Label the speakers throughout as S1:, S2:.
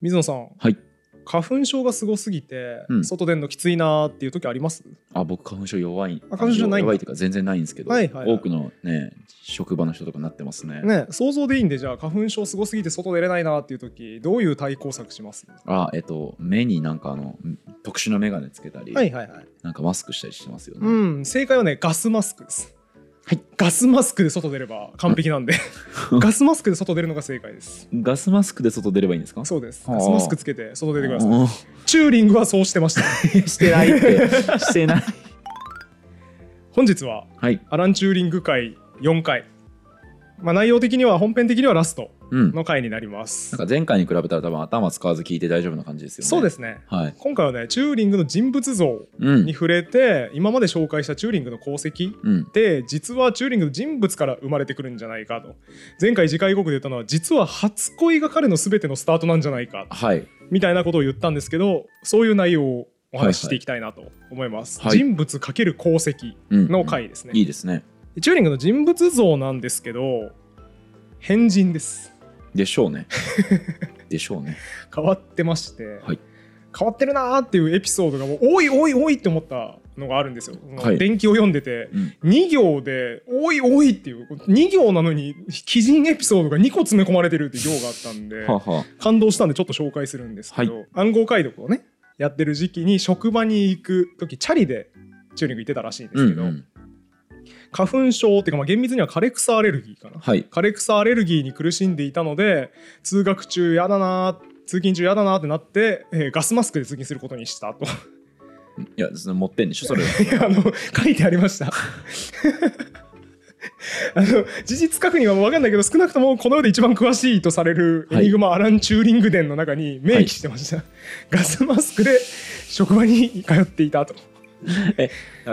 S1: 水野さん、
S2: はい
S1: 花粉症がすごすぎて、
S2: うん
S1: 外出んのきついなーっていう時あります
S2: あ僕花粉症弱い
S1: あ花粉症ないんだ
S2: 弱いというか全然ないんですけど、
S1: はいはいはい
S2: 多くのね職場の人とかなってますね
S1: ね想像でいいんでじゃあ花粉症すごすぎて外出れないなーっていう時どういう対抗策します
S2: あえっと目になんかあのん特殊な眼鏡つけたり、
S1: はいはいはい
S2: なんかマスクしたりしてますよね、
S1: うん正解はねガスマスクです
S2: はい
S1: ガスマスクで外出れば完璧なんでガスマスクで外出るのが正解です
S2: ガスマスクで外出ればいいんですか
S1: そうです
S2: はあ
S1: ガスマスクつけて外出てください
S2: うん
S1: チューリングはそうしてました
S2: してないってしてない
S1: 本日は
S2: はい
S1: アラン・チューリング会4回まあ内容的には本編的にはラスト
S2: う ん
S1: の回になります、
S2: なんか前回に比べたら多分頭使わず聞いて大丈夫な感じですよね
S1: そうですね
S2: はい
S1: 今回はねチューリングの人物像
S2: うん
S1: に触れて今まで紹介したチューリングの功績
S2: うん
S1: で実はチューリングの人物から生まれてくるんじゃないかと前回次回予告で言ったのは実は初恋が彼の全てのスタートなんじゃないか
S2: はい
S1: みたいなことを言ったんですけどそういう内容をお話ししていきたいなと思います、
S2: はい
S1: 人物×功績
S2: うん
S1: の回ですね、
S2: いいですね
S1: チューリングの人物像なんですけど変人です
S2: でしょうね でしょうね
S1: 変わってまして、
S2: はい
S1: 変わってるなーっていうエピソードがもうおいおいおいって思ったのがあるんですよ、
S2: はい
S1: 電気を読んでて
S2: うん
S1: 2行で「おいおい」っていう2行なのに鬼人エピソードが2個詰め込まれてるっていう行があったんで
S2: はあはあ
S1: 感動したんでちょっと紹介するんですけど、暗号解読をねやってる時期に職場に行く時チャリでチューリング行ってたらしいんですけど、
S2: うんうん
S1: 花粉症っていうかまあ厳密には枯れ草アレルギーかな
S2: はい
S1: 枯れ草アレルギーに苦しんでいたので通学中やだなー通勤中やだなーってなって、えーガスマスクで通勤することにしたと
S2: いやその持ってんでしょそれ
S1: いやあの書いてありました あの事実確認は分かんないけど少なくともこの世で一番詳しいとされるエ
S2: はい
S1: ニグマ・アラン・チューリング伝の中に明記してました、ガスマスクで職場に通っていたと、
S2: だ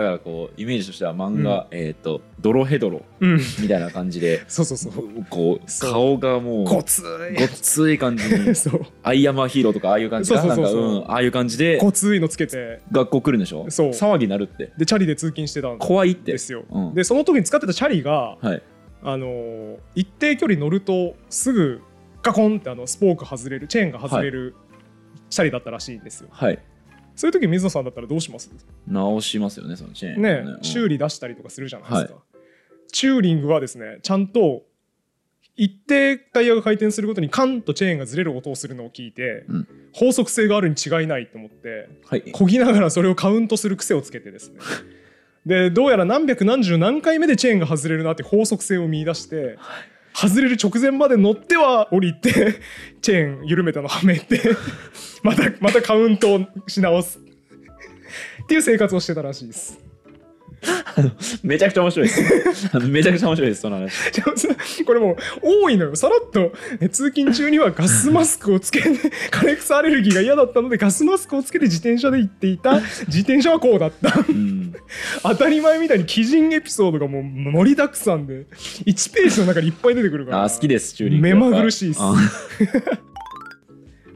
S2: からこうイメージとしては漫画、えっ、とドロヘドロ
S1: うん、
S2: みたいな感じで
S1: そうそうそう
S2: こう
S1: そう
S2: 顔がもう
S1: ご
S2: ご
S1: つ
S2: っつい感じに
S1: いそう
S2: アイアムアヒーローとかああいう感じが
S1: そう
S2: なん
S1: そう
S2: か
S1: そうそう
S2: うんああいう感じで
S1: ごついのつけて
S2: 学校来るんでしょ
S1: そう
S2: 騒ぎになるって
S1: でチャリで通勤してたん
S2: 怖いって
S1: ですよ、
S2: うん
S1: でその時に使ってたチャリが
S2: はい
S1: あのー一定距離乗るとすぐガコンってあのスポーク外れるチェーンが外れる、チャリだったらしいんですよ
S2: はい
S1: そういう時水野さんだったらどうしますね
S2: 直しますよねそのチェーン
S1: え、
S2: うん
S1: 修理出したりとかするじゃないですか、チューリングはですねちゃんと一定タイヤが回転するごとにカンとチェーンがずれる音をするのを聞いて、
S2: うん
S1: 法則性があるに違いないと思って
S2: はい
S1: こぎながらそれをカウントする癖をつけてですねでどうやら何百何十何回目でチェーンが外れるなって法則性を見出して外れる直前まで乗っては降りてチェーン緩めたのはめてまたまたカウントをし直すっていう生活をしてたらしいです
S2: めちゃくちゃ面白いです あのめちゃくちゃ面白いですその話
S1: でもさこれもう多いのよさらっとえ通勤中にはガスマスクをつけて枯れ草アレルギーが嫌だったのでガスマスクをつけて自転車で行っていた自転車はこうだった
S2: うん
S1: 当たり前みたいに鬼人エピソードがもう盛りだくさんで1ページの中にいっぱい出てくるから
S2: あ好きです修理
S1: 目まぐるしいっす
S2: あ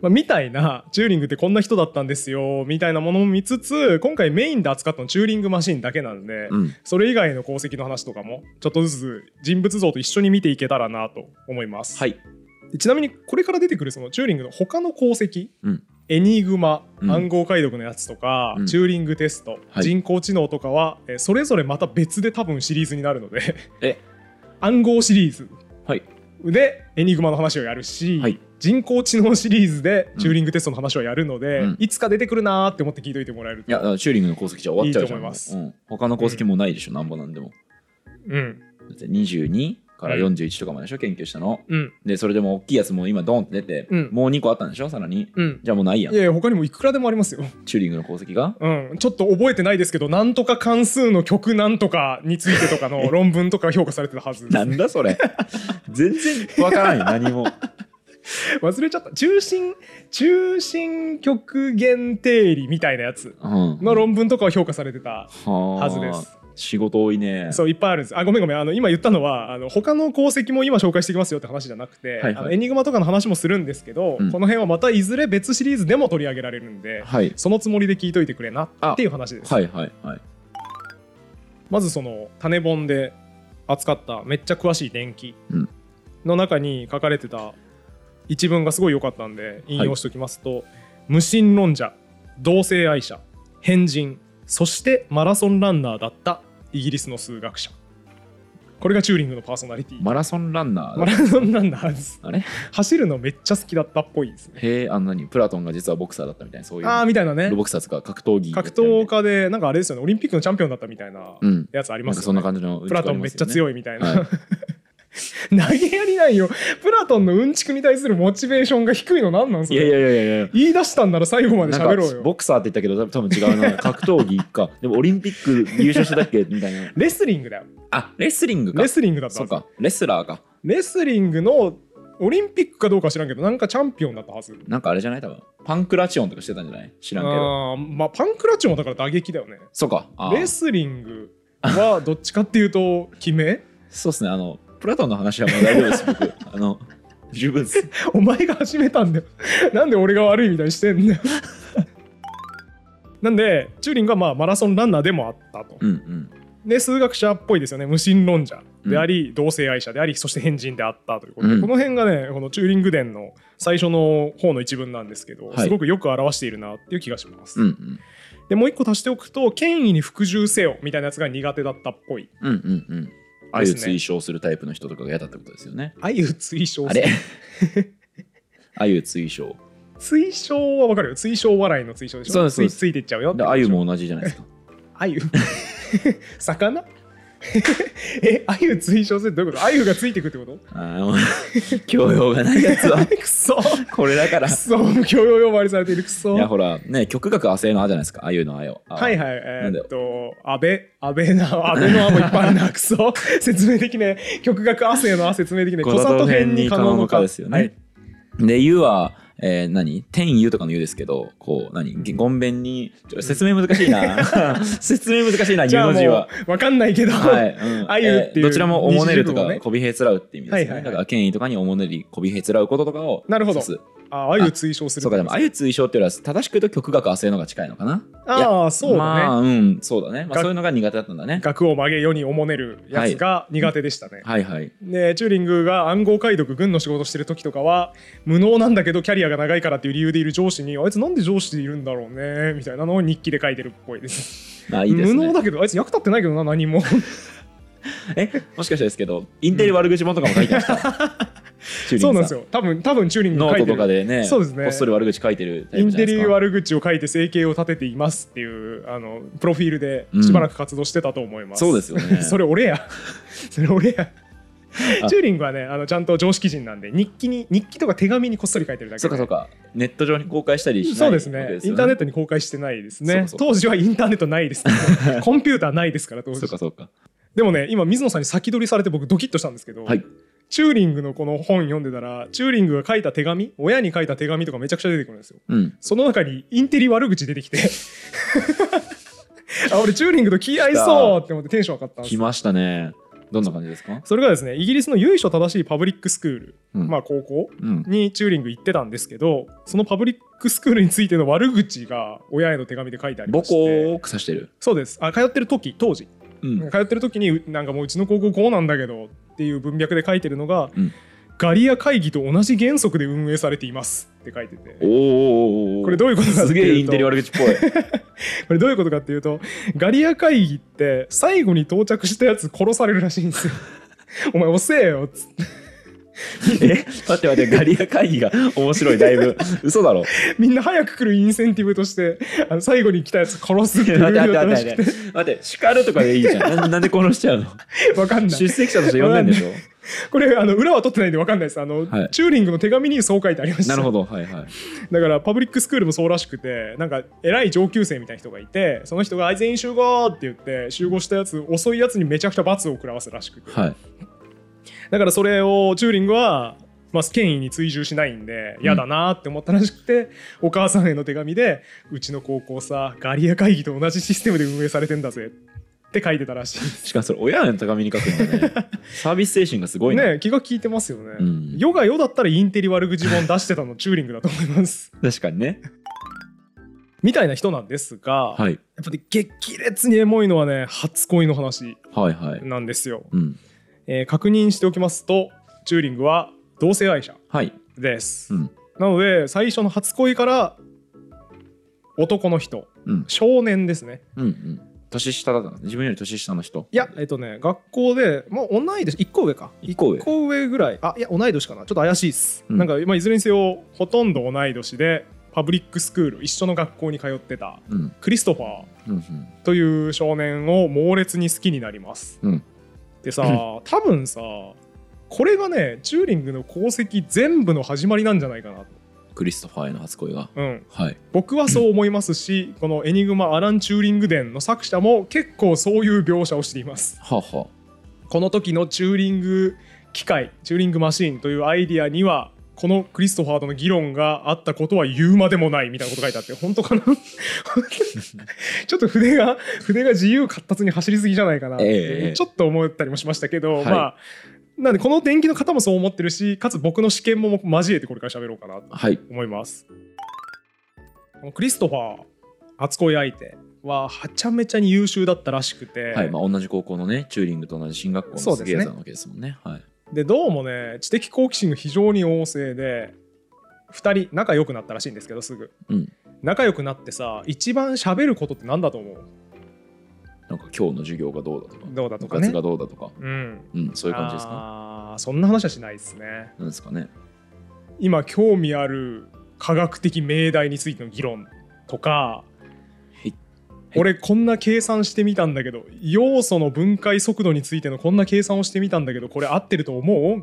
S1: まあ、みたいなチューリングってこんな人だったんですよみたいなものも見つつ今回メインで扱ったのチューリングマシンだけなんで、
S2: うん
S1: それ以外の功績の話とかもちょっとずつ人物像と一緒に見ていけたらなと思います、
S2: はい
S1: でちなみにこれから出てくるそのチューリングの他の功績、
S2: うん
S1: エニグマ
S2: うん
S1: 暗号解読のやつとか、
S2: うん
S1: チューリングテスト、
S2: はい
S1: 人工知能とかは、えーそれぞれまた別で多分シリーズになるので
S2: え
S1: 暗号シリーズ
S2: はい
S1: でエニグマの話をやるし、
S2: はい
S1: 人工知能シリーズで
S2: うん
S1: チューリングテストの話をやるので、
S2: うん
S1: いつか出てくるなーって思って聞いといてもらえる
S2: い
S1: と
S2: やだからチューリングの功績じゃ終わっちゃうじゃん
S1: いいと思います
S2: うん、他の功績もないでしょ、なんぼなんでも
S1: うん
S2: だって22から
S1: うん
S2: 41とかまででしょ、研究したの
S1: うん
S2: でそれでも大きいやつも今ドンって出て、
S1: うん
S2: もう2個あったんでしょさらに
S1: うん
S2: じゃあもうない
S1: い
S2: やん
S1: やいや他にもいくらでもありますよ、
S2: チューリングの功績が
S1: うん、ちょっと覚えてないですけどなんとか関数の曲なんとかについてとかの論文とか評価されてたはず
S2: なんだ それ全然わからない何も
S1: 忘れちゃった中心中心極限定理みたいなやつ
S2: うん
S1: の論文とかは評価されてた
S2: は
S1: はずです
S2: 仕事多いね
S1: そういっぱいあるんですあごめんごめんあの今言ったのはあの他の功績も今紹介していきますよって話じゃなくて、
S2: はいはい
S1: あのエニグマとかの話もするんですけど、
S2: うん
S1: この辺はまたいずれ別シリーズでも取り上げられるんで、
S2: はい
S1: そのつもりで聞いといてくれなっていう話です、
S2: はいはいはい
S1: まずその種本で扱っためっちゃ詳しい伝記
S2: うん
S1: の中に書かれてた一文がすごい良かったんで引用しておきますと、無神論者同性愛者変人そしてマラソンランナーだったイギリスの数学者これがチューリングのパーソナリティ
S2: マラソンランナー
S1: マ
S2: だ
S1: ラソンランナーです
S2: あれ
S1: 走るのめっちゃ好きだったっぽいですね
S2: へえあんなにプラトンが実はボクサーだったみたいなそういう
S1: ああみたいなね
S2: ロボクサーとか格闘技
S1: 格闘家でなんかあれですよねオリンピックのチャンピオンだったみたいな
S2: うん
S1: やつあり
S2: な
S1: ま
S2: ん
S1: すよ
S2: か
S1: ね
S2: そんな感じの
S1: プラトンめっちゃ
S2: い
S1: 強いみたいな、
S2: は
S1: 投げやりないよプラトンのうんちくに対するモチベーションが低いの何なんそ
S2: い
S1: れ
S2: やいやいやいやいや
S1: 言い出したんなら最後まで
S2: なんか
S1: 喋ろうよ
S2: ボクサーって言ったけど多分違う な格闘技かでもオリンピック優勝してたっけみたいな
S1: レスリングだよ
S2: あレスリングか
S1: レスリングだった
S2: そ
S1: は
S2: う
S1: ず
S2: かレスラーか
S1: レスリングのオリンピックかどうか知らんけどなんかチャンピオンだったはず
S2: なんかあれじゃない多分パンクラチオンとかしてたんじゃない知らんけど
S1: あーまあパンクラチョンはだから打撃だよね
S2: そうかあー
S1: レスリングはどっちかっていうと決め
S2: そうですねあのプラトンの話はもう大丈夫です僕 あの十分です
S1: お前が始めたんだよ なんで俺が悪いみたいにしてんだよ なんでチューリングはまあマラソンランナーでもあったと、
S2: うんうん
S1: で数学者っぽいですよね無神論者であり、同性愛者でありそして変人であったということで、
S2: うん
S1: この辺がねこのチューリング伝の最初の方の一文なんですけど、
S2: はい
S1: すごくよく表しているなっていう気がします、
S2: うんうん
S1: でもう一個足しておくと権威に服従せよみたいなやつが苦手だったっぽい
S2: うんうんうんあゆ追奨するタイプの人とかが嫌だってことですよね
S1: あゆ推奨
S2: あれ あゆ追奨
S1: 推奨はわかるよ推奨笑いの推奨でしょ
S2: そうですそうで
S1: つ
S2: す
S1: いついていっちゃうよって
S2: であゆも同じじゃないですか
S1: あゆ 魚 えあゆ推奨するってどういうことあゆがついてくってこと
S2: あーもう 教養がないやつ は
S1: くそ
S2: これだから
S1: くそ もう教養呼ばれされてるくそ
S2: いやほらね極学亜生の「あ」じゃないですか「あゆのあよ」あ
S1: はいはい、
S2: な
S1: え
S2: んだ
S1: ー
S2: よ
S1: っと、安倍、安倍な、安倍のあもいっぱいあるな、く そ、説明できねえ、曲学亜生のあ説明できねえ、
S2: 小里編に可能のかですよね。
S1: はい
S2: で「ゆ」は、えー、何天ゆとかの「ゆ」ですけどこう何ごんべんにちょ説明難しいな 説明難しいな「ゆ」
S1: じゃあ
S2: の字
S1: も
S2: は。
S1: う、わかんないけど、
S2: はい、うん
S1: あゆっていう
S2: えーどちらもおもねると
S1: 二字熟語
S2: か
S1: ね
S2: こびへつらうって意味ですね、
S1: はいはいはい
S2: だから権威とかにおもねりこびへつらうこととかを
S1: なるほど
S2: 指す
S1: ああゆ推奨する。
S2: そうかでもあ
S1: ゆ、
S2: ゆ追奨っていうのは正しく言うと極学亜生の方が近いのかな
S1: ああ、そうだね。
S2: まあうんそうだね、まあ、
S1: が
S2: そういうのが苦手だったんだね
S1: 学を曲げ世におもねるやつが苦手でしたね。
S2: はいはい
S1: でチューリングが暗号解読軍の仕事してる時とかは無能なんだけどキャリアが長いからっていう理由でいる上司にあいつなんで上司でいるんだろうねみたいなのを日記で書いてるっぽいです
S2: まあいいですね
S1: 無能だけどあいつ役立ってないけどな何も
S2: えもしかしてですけどインテリ悪口本とかも書いてました、チューリングさ
S1: そうなんですよ多分多分チューリング
S2: ノ
S1: が書
S2: ー
S1: い
S2: ト
S1: て
S2: とか
S1: る
S2: でね
S1: そうですね
S2: こっそり悪口書いてるタ
S1: イ
S2: イプ
S1: ン
S2: じゃな
S1: テ
S2: いですか
S1: リ悪口を書いて生計を立てていますっていうあのプロフィールでしばらく活動してたと思います、
S2: そうですよね
S1: それ俺 やそれ俺や
S2: あ
S1: チューリングはねあのちゃんと常識人なんで日記に日記とか手紙にこっそり書いてるだけ
S2: そう
S1: で
S2: かそうかネット上に公開したりしない
S1: そうです
S2: わけ
S1: ね
S2: よ
S1: インターネットに公開してないですね
S2: そうかそうか
S1: 当時はインターネットないです からコンピューターないですから当
S2: そう
S1: 時
S2: かそうか
S1: でもね今水野さんに先取りされて僕ドキッとしたんですけど、
S2: はい
S1: チューリングのこの本読んでたらチューリングが書いた手紙親に書いた手紙とかめちゃくちゃ出てくるんですよ
S2: うん
S1: その中にインテリ悪口出てきて あ俺チューリングと気合いそうって思ってテンション上がったんです
S2: 来
S1: よ
S2: ましたねどんな感じですか
S1: それがですねイギリスの由緒正しいパブリックスクール、
S2: うん
S1: まあ高校
S2: うん
S1: にチューリング行ってたんですけどそのパブリックスクールについての悪口が親への手紙で書いてありま
S2: 母
S1: して
S2: 校を腐してる
S1: そうですあ通ってる時当時
S2: うん
S1: 通ってる時にうなんかもううちの高校こうなんだけどっていう文脈で書いてるのが、
S2: うん
S1: ガリア会議と同じ原則で運営されていますって書いてて
S2: おーおーおーおー
S1: これどういうことかっていう
S2: す
S1: と
S2: げえインテリ悪口っぽい
S1: これどういうことかっていうとガリア会議って最後に到着したやつ殺されるらしいん ですよお前遅えよっつって
S2: え待って待ってガリア会議が面白いだいぶ嘘だろ
S1: みんな早く来るインセンティブとしてあの最後に来たやつ殺すって
S2: 待
S1: い
S2: っ
S1: う
S2: て
S1: ルー
S2: 待っ
S1: ルだった
S2: て
S1: らしく
S2: 待って
S1: て
S2: 待って叱るとかでいいじゃんなんなんで殺しちゃうの
S1: 分かん ない
S2: 出席者として呼んでんでしょ
S1: これあの裏は取ってないんで分かんないですあの、
S2: はい
S1: チューリングの手紙にそう書いてありました
S2: なるほどはいはい
S1: だからパブリックスクールもそうらしくてなんか偉い上級生みたいな人がいてその人があ「全員集合!」って言って集合したやつ遅いやつにめちゃくちゃ罰を食らわすらしくて
S2: はい
S1: だからそれをチューリングは、まあ、権威に追従しないんで嫌だなって思ったらしくて、お母さんへの手紙で「うちの高校さガリア会議と同じシステムで運営されてんだぜ」って書いてたらしいです
S2: しかもそれ親の手紙に書くの はねサービス精神がすごいね
S1: ね気が利いてますよね、
S2: うん
S1: 世が世だったらインテリ悪口本出してたのチューリングだと思います
S2: 確かにね
S1: みたいな人なんですが、
S2: はい
S1: やっぱり激烈にエモいのはね初恋の話
S2: はいはい
S1: なんですよ、
S2: うん
S1: えー確認しておきますとチューリングは同性愛者
S2: はい
S1: です、
S2: うん
S1: なので最初の初恋から男の人
S2: うん
S1: 少年ですね
S2: うんうん年下だったの自分より年下の人
S1: いやえっとね学校でもう同い年1個上か
S2: 一個上
S1: 一個上ぐらいあいや同い年かなちょっと怪しいっす、
S2: うん
S1: なんか、まあ、いずれにせよほとんど同い年でパブリックスクール一緒の学校に通ってた
S2: うん
S1: クリストファー
S2: うんうん
S1: という少年を猛烈に好きになります、
S2: うん
S1: でさ多分さこれがねチューリングの功績全部の始まりなんじゃないかなと、
S2: クリストファーへの初恋が
S1: うん、
S2: はい
S1: 僕はそう思いますしこの「エニグマ・アラン・チューリング伝」の作者も結構そういう描写をしています
S2: はあは
S1: この時のチューリング機械チューリングマシーンというアイディアにはこのクリストファーとの議論があったことは言うまでもないみたいなこと書いてあって本当かなちょっと筆が筆が自由活発に走りすぎじゃないかなって、
S2: ええ
S1: ちょっと思ったりもしましたけど、
S2: はい
S1: まあなんでこの電気の方もそう思ってるしかつ僕の試験も交えてこれから喋ろうかなと
S2: あはい
S1: 思いますこのクリストファー初恋相手ははちゃめちゃに優秀だったらしくて、
S2: はいまあ同じ高校のねチューリングと同じ進学校
S1: そ
S2: の
S1: う
S2: す
S1: です
S2: げ
S1: ね
S2: えなわけですもんねはい
S1: でどうもね知的好奇心が非常に旺盛で2人仲良くなったらしいんですけどすぐ、
S2: うん
S1: 仲良くなってさ一番喋ることって何だと思う
S2: なんか今日の授業がどうだとか
S1: どうだと
S2: 部
S1: かね
S2: 活がどうだとか
S1: うん
S2: うんそういう感じですか
S1: あーそんな話はしないですね
S2: なんですかね
S1: 今興味ある科学的命題についての議論とか
S2: い
S1: 俺こんな計算してみたんだけど要素の分解速度についてのこんな計算をしてみたんだけどこれ合ってると思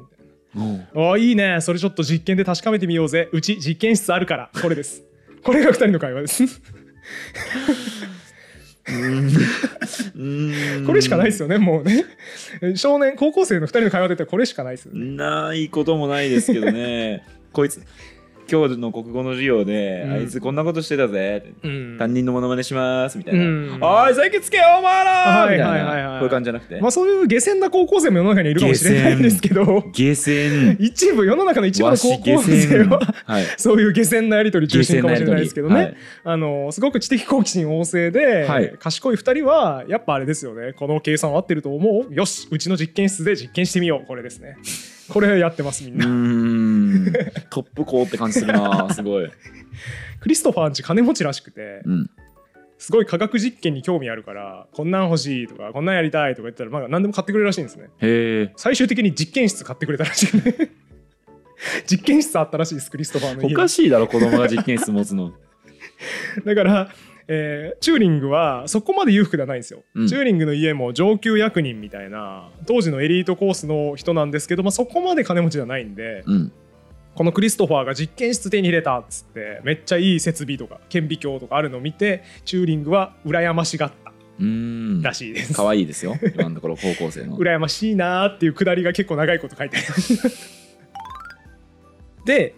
S1: う
S2: うん
S1: ああいいねそれちょっと実験で確かめてみようぜうち実験室あるからこれですこれが2人の会話ですこれしかないですよねもうね少年高校生の2人の会話で言ったらこれしかないですよね
S2: ないこともないですけ どねこいつ今日の国語の授業で、
S1: うん
S2: あいつこんなことしてたぜって、
S1: うん
S2: 担任のモノマネしますみたいな「
S1: うん
S2: おい最近つけよお前ら!」
S1: はい
S2: みたい
S1: はいはいは
S2: ないこういう感じじゃなくて、
S1: まあそういう下船な高校生も世の中にはいるかもしれないんですけど
S2: ゲセン
S1: 一部世の中の一部
S2: わ
S1: の
S2: し
S1: 高
S2: ゲ
S1: 校
S2: セ
S1: 生
S2: ン
S1: は
S2: はい
S1: そういう下船なやり取り中
S2: ゲセ
S1: 心
S2: ン
S1: かも
S2: のや
S1: し
S2: り
S1: れない
S2: 取
S1: で
S2: り
S1: すけどね、
S2: はい
S1: あのすごく知的好奇心旺盛で、
S2: はい
S1: 賢い2人はやっぱあれですよねこの計算合ってると思うよしうちの実験室で実験してみようこれですねこれやってますみん
S2: う
S1: な、
S2: ーんトップ校って感じするなす ごい、
S1: クリストファーんち金持ちらしくて
S2: うん、
S1: すごい科学実験に興味あるからこんなん欲しいとかこんなんやりたいとか言ったら、まあ、何でも買ってくれるらしいんですね
S2: へえ
S1: 最終的に実験室買ってくれたらしいね 実験室あったらしいですクリストファーの家
S2: お
S1: に
S2: かしいだろ子供が実験室持つの
S1: だから、えーチューリングはそこまで裕福ではないんですよ、
S2: うん
S1: チューリングの家も上級役人みたいな当時のエリートコースの人なんですけど、まあ、そこまで金持ちじゃないんで、
S2: うん
S1: このクリストファーが実験室手に入れたっつってめっちゃいい設備とか顕微鏡とかあるのを見てチューリングは羨ましがった
S2: うーん
S1: らしいです、
S2: 可愛いですよ今のところ高校生の
S1: 羨ましいなーっていうくだりが結構長いこと書いてありました で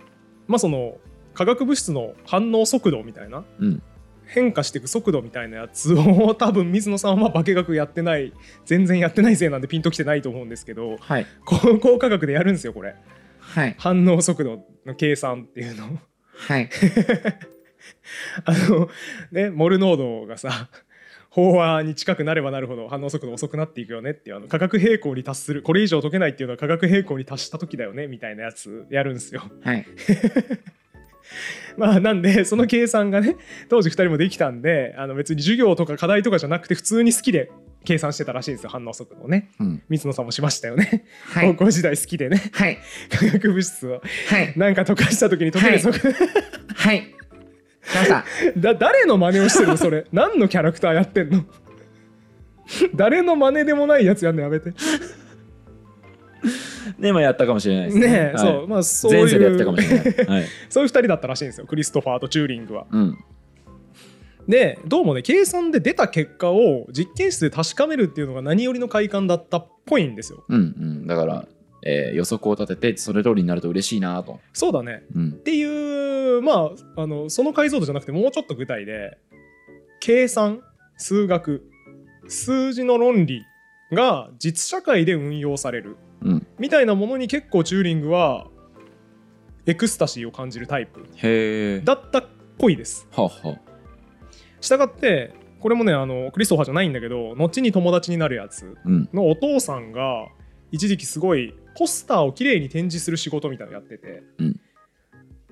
S1: まあその化学物質の反応速度みたいな
S2: うん
S1: 変化していく速度みたいなやつを多分水野さんは化学やってない全然やってないせいなんでピンときてないと思うんですけど
S2: はい
S1: 高校科学でやるんですよこれ
S2: はい
S1: 反応速度の計算っていうのを
S2: はい
S1: あのねモル濃度がさ飽和に近くなればなるほど反応速度遅くなっていくよねっていうあの化学平衡に達するこれ以上解けないっていうのは化学平衡に達した時だよねみたいなやつやるんですよ。
S2: はい
S1: まあなんでその計算がね当時2人もできたんであの別に授業とか課題とかじゃなくて普通に好きで計算してたらしいんですよ反応速度をね
S2: うん
S1: 水野さんもしましたよね、
S3: はい
S1: 高校時代好きでね
S3: はい
S1: 化学物質を
S3: はい
S1: なんか溶かした時に溶ける速度、
S3: はい来ました
S1: だ誰の真似をしてるのそれ何のキャラクターやってんの 誰の真似でもないやつやんのやめてね
S2: ねまあやったかもしれないですね
S1: え、
S2: はい
S1: そうまあそう
S2: 前世でや
S1: い
S2: ったか
S1: う
S2: もしれない。はい。
S1: そういう2人だったらしいんですよクリストファーとチューリングは
S2: うん。
S1: でどうもね計算で出た結果を実験室で確かめるっていうのが何よりの快感だったっぽいんですよ
S2: うんうん。だから、えー予測を立てて、それ通りになると嬉しいなと。
S1: そうだね
S2: うん
S1: っ。ていうまああのその解像度じゃなくてもうちょっと具体で計算数学数字の論理が実社会で運用される
S2: うん。
S1: みたいなものに結構チューリングはエクスタシーを感じるタイプ
S2: へえ。
S1: だったっぽいです
S2: はあはあ。
S1: したがってこれもねあのクリストファーじゃないんだけど後に友達になるやつ
S2: うん。
S1: のお父さんが一時期すごいポスターをきれいに展示する仕事みたいなのやってて、
S2: うん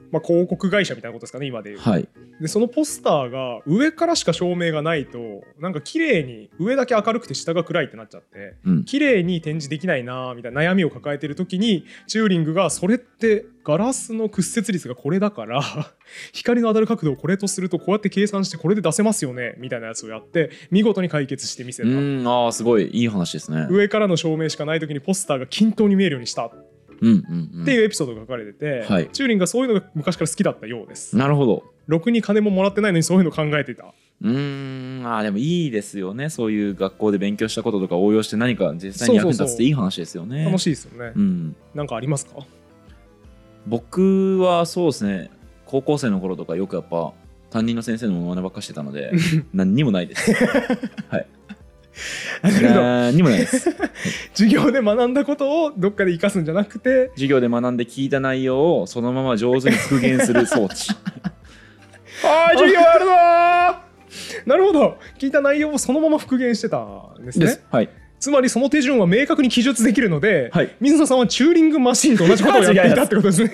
S1: まあ、広告会社みたいなことですかね今でいう、
S2: はい
S1: でそのポスターが上からしか照明がないとなんか綺麗に上だけ明るくて下が暗いってなっちゃって
S2: うん
S1: 綺麗に展示できないなーみたいな悩みを抱えてる時にチューリングがそれってガラスの屈折率がこれだから 光の当たる角度をこれとするとこうやって計算してこれで出せますよねみたいなやつをやって見事に解決してみせ
S2: う
S1: た、
S2: んあーすごいいい話ですね
S1: 上からの照明しかない時にポスターが均等に見えるようにしたっ
S2: うんうんうん
S1: ていうエピソードが書かれてて、
S2: はい
S1: チューリングがそういうのが昔から好きだったようです、
S2: なるほど
S1: ろくに金ももらってないのにそういうの考えていた
S2: うーんあーでもいいですよねそういう学校で勉強したこととか応用して何か実際に役に立つっていい話ですよね
S1: 楽し
S2: い
S1: いですよね、
S2: うん
S1: なんかありますか
S2: 僕はそうですね高校生の頃とかよくやっぱ担任の先生のものばっかしてたの で何にもないです 何にもないです
S1: 授業で学んだことをどっかで生かすんじゃなくて
S2: 授業で学んで聞いた内容をそのまま上手に復元する装置
S1: あー授業あるなーなるほど聞いた内容をそのまま復元してたんですね
S2: ですはい
S1: つまりその手順は明確に記述できるので、
S2: はい
S1: 水野さんはチューリングマシンと同じことをやっていたってことですね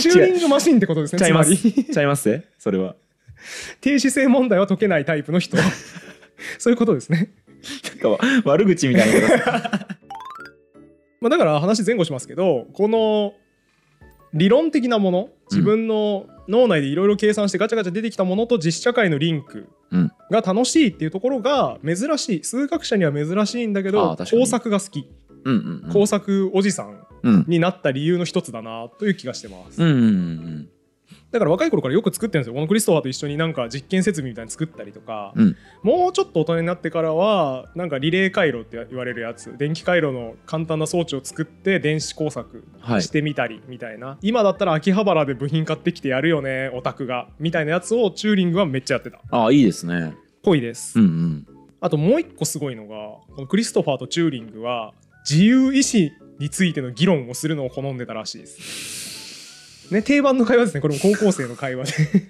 S1: チューリングマシンってことですね
S2: ちゃ
S1: つ
S2: い
S1: ま
S2: ます
S1: り
S2: ちゃいます ねそれは
S1: 定子性問題は解けないタイプの人 そういうことですね、
S2: なんかわ悪口みたいなこと
S1: まあ、だから話前後しますけどこの理論的なもの自分の脳内でいろいろ計算してガチャガチャ出てきたものと実社会のリンク
S2: うん
S1: が楽しいっていうところが珍しい数学者には珍しいんだけ
S2: あ
S1: ど
S2: ー確かに
S1: 工作が好き
S2: うんうんうん
S1: 工作おじさん
S2: うん
S1: になった理由の一つだなという気がしてます、
S2: うんうんうん
S1: だから若い頃からよく作ってるんですよこのクリストファーと一緒になんか実験設備みたいに作ったりとか、
S2: うん
S1: もうちょっと大人になってからはなんかリレー回路って言われるやつ電気回路の簡単な装置を作って電子工作
S2: はい
S1: してみたりみたいな、今だったら秋葉原で部品買ってきてやるよねオタクがみたいなやつをチューリングはめっちゃやってた
S2: ああいいですね
S1: ぽいです、
S2: うんうん
S1: あともう一個すごいのがこのクリストファーとチューリングは自由意志についての議論をするのを好んでたらしいです。ね、定番の会話ですねこれも高校生の会話で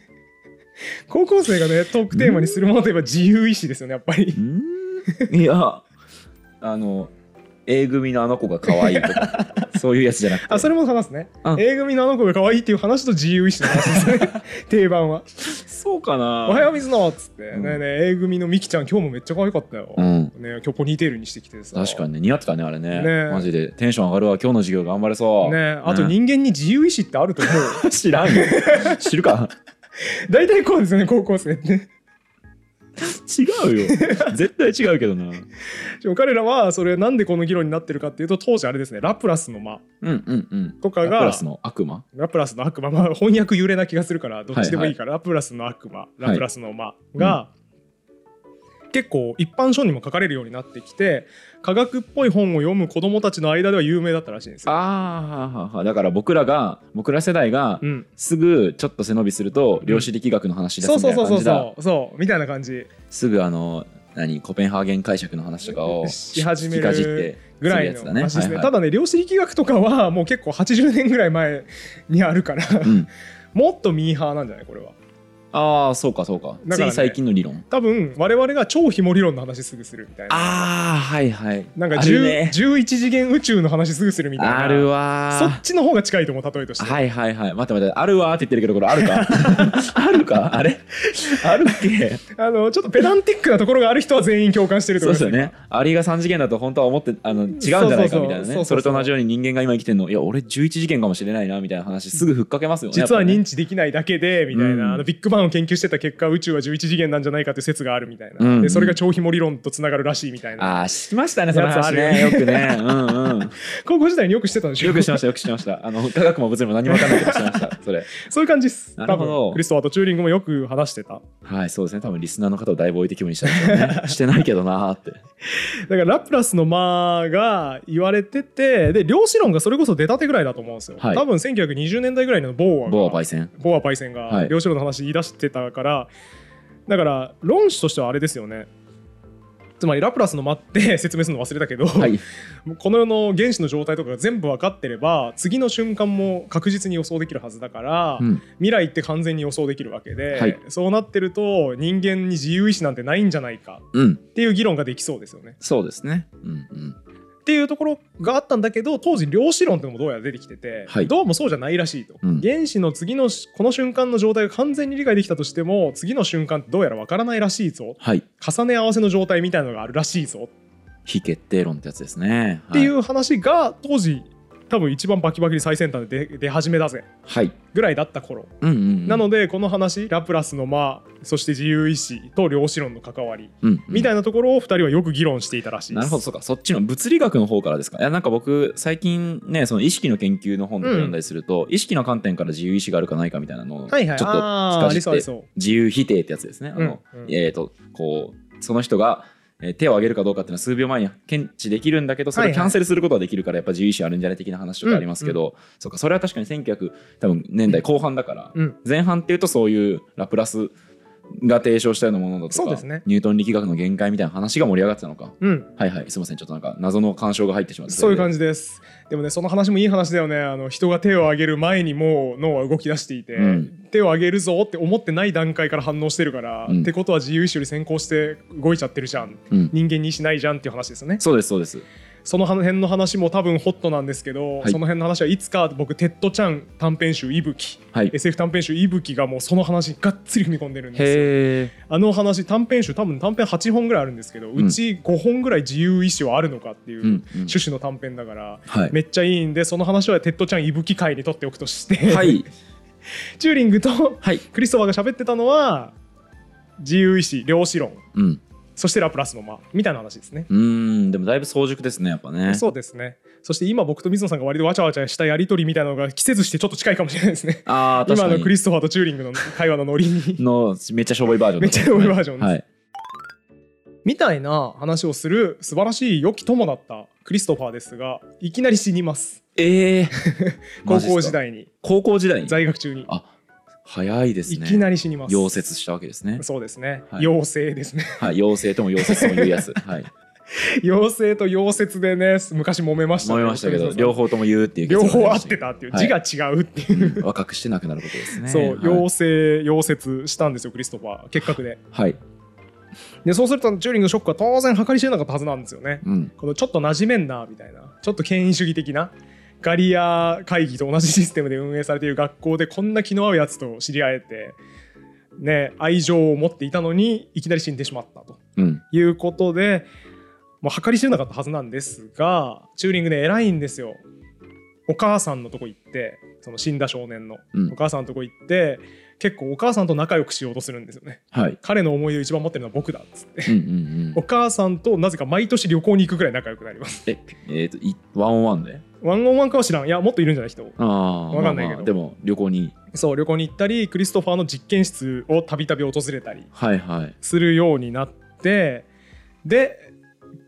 S1: 高校生がねトークテーマにするものといえば自由意志ですよねやっぱり
S2: うーん いやあの A 組のあの子が可愛いと かそういうやつじゃなくて
S1: あそれも話すね
S2: あ
S1: A 組のあの子が可愛いっていう話と自由意志の話ですね 定番は
S2: そうか
S1: 「
S2: な
S1: おはよう水野」っつって、
S2: うん
S1: ねえねえ A 組のみきちゃん今日もめっちゃ可愛かったよ、
S2: うん
S1: ね、今日ポニーテールにしてきてさ
S2: 確かにね似合ってたねあれね
S1: ね
S2: マジでテンション上がるわ今日の授業頑張れそう
S1: ねあと人間に自由意志ってあると 思う
S2: 知らん よ知るか
S1: 大体こうですよね高校生って
S2: 違うよ絶対違うけどな
S1: でも彼らはそれなんでこの議論になってるかっていうと当時あれですねラプラスの間
S2: うんうんうん
S1: とか
S2: ラ
S1: が
S2: プラスの悪魔
S1: ラプラスの悪魔、まあ、翻訳揺れな気がするからどっちでもいいから、ラプラスの悪魔ラプラスの間が、結構一般書にも書かれるようになってきて科学っぽい本を読む子どもたちの間では有名だったらしいんですよ。
S2: ああだから僕らが僕ら世代が
S1: うん、
S2: すぐちょっと背伸びすると量子力学の話です
S1: そう
S2: みた
S1: そう
S2: い
S1: そ
S2: な
S1: うそうそ
S2: 感じだ
S1: うそうみたいな感じ
S2: すぐあの何コペンハーゲン解釈の話とかを
S1: し始める
S2: 聞きかじって
S1: ぐらい
S2: す
S1: の
S2: るやつだね
S1: 話ですね
S2: はいはい
S1: ただね量子力学とかはもう結構80年ぐらい前にあるから、
S2: うん
S1: もっとミーハーなんじゃないこれは
S2: ああそうかそうか
S1: だか
S2: つ
S1: らね
S2: い最近の理論
S1: 多分我々が超ひも理論の話すぐするみたいな
S2: ああはいはい
S1: なんか
S2: ある
S1: 10、
S2: ね
S1: 11次元宇宙の話すぐするみたいな
S2: ある
S1: そ
S2: わ
S1: っちの方が近いと思う例えとし
S2: ー
S1: て、
S2: はいはいはい待って待ってあるわーって言ってるけどこれあ るかあるかあれあるっけ
S1: あのちょっとペダンティックなところがある人は全員共感してると
S2: そ
S1: 思
S2: う
S1: い
S2: で
S1: ますす
S2: よねアリが3次元だと本当は思ってあの違うんじゃないかみた
S1: そうそ
S2: いな
S1: うそう
S2: ねそれと同じように人間が今生きてるのいや俺11次元かもしれないなみたいな話すぐふっかけますよね
S1: 実は
S2: やっぱね
S1: 認知できないだけでみたいな、
S2: うん
S1: あのビッグバンを研究してた結果宇宙は11次元なんじゃないかという説があるみたいな、
S2: うんうん
S1: でそれが超ひも理論とつながるらしいみたいな
S2: ああしましたねその話ね
S1: や
S2: よ
S1: つあ
S2: くねうんうん
S1: 高校時代によくしてたんでしょ
S2: よくしてましたよくして ましたあの科学も物理も何も分かんないけどしてましたそれ
S1: そういう感じです。
S2: なるほど
S1: 多分クリストファーとチューリングもよく話してた。
S2: はいそうですね多分リスナーの方をだいぶ置いてきぼりにしたんでしょう ねしてないけどなーって
S1: だからラプラスの間が言われてて、で、量子論がそれこそ出たてぐらいだと思うんですよ。
S2: はい
S1: 多分1920年代ぐらいのボーアが
S2: ボア焙煎
S1: ボアパイセンが
S2: はい
S1: 量子論の話言い出してたから、だから論旨としてはあれですよね。つまりラプラスの間って 説明するの忘れたけど、
S2: はい
S1: この世の原子の状態とかが全部分かってれば次の瞬間も確実に予想できるはずだから、
S2: うん
S1: 未来って完全に予想できるわけで、
S2: はい
S1: そうなってると人間に自由意志なんてないんじゃないか
S2: うん
S1: っていう議論ができそうですよね。
S2: そうですねうんうん
S1: っていうところがあったんだけど当時量子論っていうのもどうやら出てきてて、
S2: はい
S1: どうもそうじゃないらしいと、
S2: うん
S1: 原子の次のしこの瞬間の状態が完全に理解できたとしても次の瞬間ってどうやらわからないらしいぞ
S2: はい。
S1: 重ね合わせの状態みたいなのがあるらしいぞ
S2: 非決定論ってやつですね。。
S1: っていうう話が当時多分一番バキバキに最先端で出出始めだぜ
S2: はい。
S1: ぐらいだった頃、
S2: うんうんうん。
S1: なのでこの話ラプラスの間そして自由意志と量子論の関わり
S2: うんうん
S1: みたいなところを2人はよく議論していたらしいで
S2: な
S1: す。
S2: るほどそうかそっちの物理学の方からですかいやなんか僕最近ねその意識の研究の本とか読んだりすると、意識の観点から自由意志があるかないかみたいなのをちょ
S1: は
S2: っと
S1: いはい、あー
S2: 使
S1: ありそうあ
S2: っ
S1: り
S2: て
S1: そう。
S2: 自由否定ってやつですねあの、
S1: うんうん
S2: えっ、とこうその人がえー手を挙げるかどうかっていうのは数秒前に検知できるんだけどそれをキャンセルすることはできるからやっぱ自由意志あるんじゃない的な話とかありますけど、そうかそれは確かに1900多分年代後半だから、
S1: うん
S2: 前半っていうとそういうラプラスが提唱したようなものだと
S1: そうで
S2: か、
S1: すね
S2: ニュートン力学の限界みたいな話が盛り上がってたのか
S1: うん、
S2: はいはい、すみません、ちょっとなんか謎の干渉が入ってしまって。
S1: そういう感じ
S2: じ。
S1: です。でもね、その話もいい話だよね。あの人が手を挙げる前にもう脳は動き出していて、
S2: うん
S1: 手を挙げるぞって思ってない段階から反応してるから、
S2: うん
S1: ってことは自由意志より先行して動いちゃってるじゃん。
S2: うん、
S1: 人間に意思ないじゃんっていう話ですよね。
S2: そうです、そうです。
S1: その辺の話も多分ホットなんですけど、
S2: は
S1: そ
S2: い
S1: の辺の話はいつか僕、テッドちゃん短編集いぶき、
S2: はい。
S1: SF 短編集いぶきがもうその話がっつり踏み込んでるんですよ。
S2: へえ。
S1: あの話短編集多分短編8本ぐらいあるんですけど、
S2: ん
S1: うち5本ぐらい自由意志はあるのかっていう
S2: うんうん
S1: 趣旨の短編だから、
S2: はい
S1: めっちゃいいんでその話はテッドちゃんいぶき会にとっておくとして、
S2: はい。
S1: チューリングと
S2: はい。
S1: クリストファーが喋ってたのは自由意志量子論
S2: うん。
S1: そしてラプラスの間みたいな話ですね。
S2: うーん、でもだいぶ早熟ですね、やっぱね。
S1: そうですねそして今僕と水野さんが割とわちゃわちゃしたやり取りみたいなのが季節してちょっと近いかもしれないですね。
S2: ああ、確
S1: 今
S2: か
S1: の
S2: に。
S1: クリストファーとチューリングの会話のノリに
S2: のめっちゃしょぼいバージョン
S1: め
S2: だ
S1: っ
S2: と
S1: ちゃ
S2: 思
S1: ロ
S2: う。
S1: ーバージョンです、
S2: はい。
S1: みたいな話をする素晴らしい良き友だったクリストファーですがいきなり死にます
S2: ええ。
S1: 高
S2: マジっすか
S1: 校時。代に
S2: 高校時代に。
S1: 在学中に
S2: あ、早いです
S1: い
S2: ね。
S1: きなり死にます
S2: 溶接したわけですね。
S1: そうですね、
S2: はい
S1: 妖精ですね
S2: はい、溶接とも溶接とも言うやつ。はい。
S1: 妖精と溶接でね昔揉めました
S2: 思
S1: ね
S2: いましたけど、
S1: そうそうそう
S2: 両方とも言うっていう。
S1: 両方合って。たっていう、
S2: はい
S1: 字が違うっていう、
S2: うん若くして亡くなることですね。
S1: そう、
S2: はい
S1: 妖精溶接したんですよクリストファー結核で
S2: はい。
S1: でそうするとチューリングのショックは当然計り知れなかったはずなんですよね
S2: うん。
S1: このちょっと馴染めんなみたいなちょっと権威主義的なガリア会議と同じシステムで運営されている学校でこんな気の合うやつと知り合えて、ね、愛情を持っていたのにいきなり死んでしまったと
S2: うん。
S1: いうことでもう計り知れなかったはずなんですがチューリングね偉いんですよ。お母さんのとこ行ってその死んだ少年の、
S2: うん
S1: お母さんのとこ行って結構お母さんと仲良くしようとするんですよね。
S2: はい。
S1: 彼の思い出を一番持ってるのは僕だっつって。
S2: うんうんうん
S1: お。母さんとなぜか毎年旅行に行くぐらい仲良くなります
S2: え、えーと、いワンオンワンで
S1: ワンオンワンかは知らん。いや、もっといるんじゃない人。
S2: ああ、
S1: わかんないけど
S2: でも、旅行に。
S1: そう、旅行に行ったり、クリストファーの実験室をたびたび訪れたり
S2: はいはい。
S1: するようになって、で、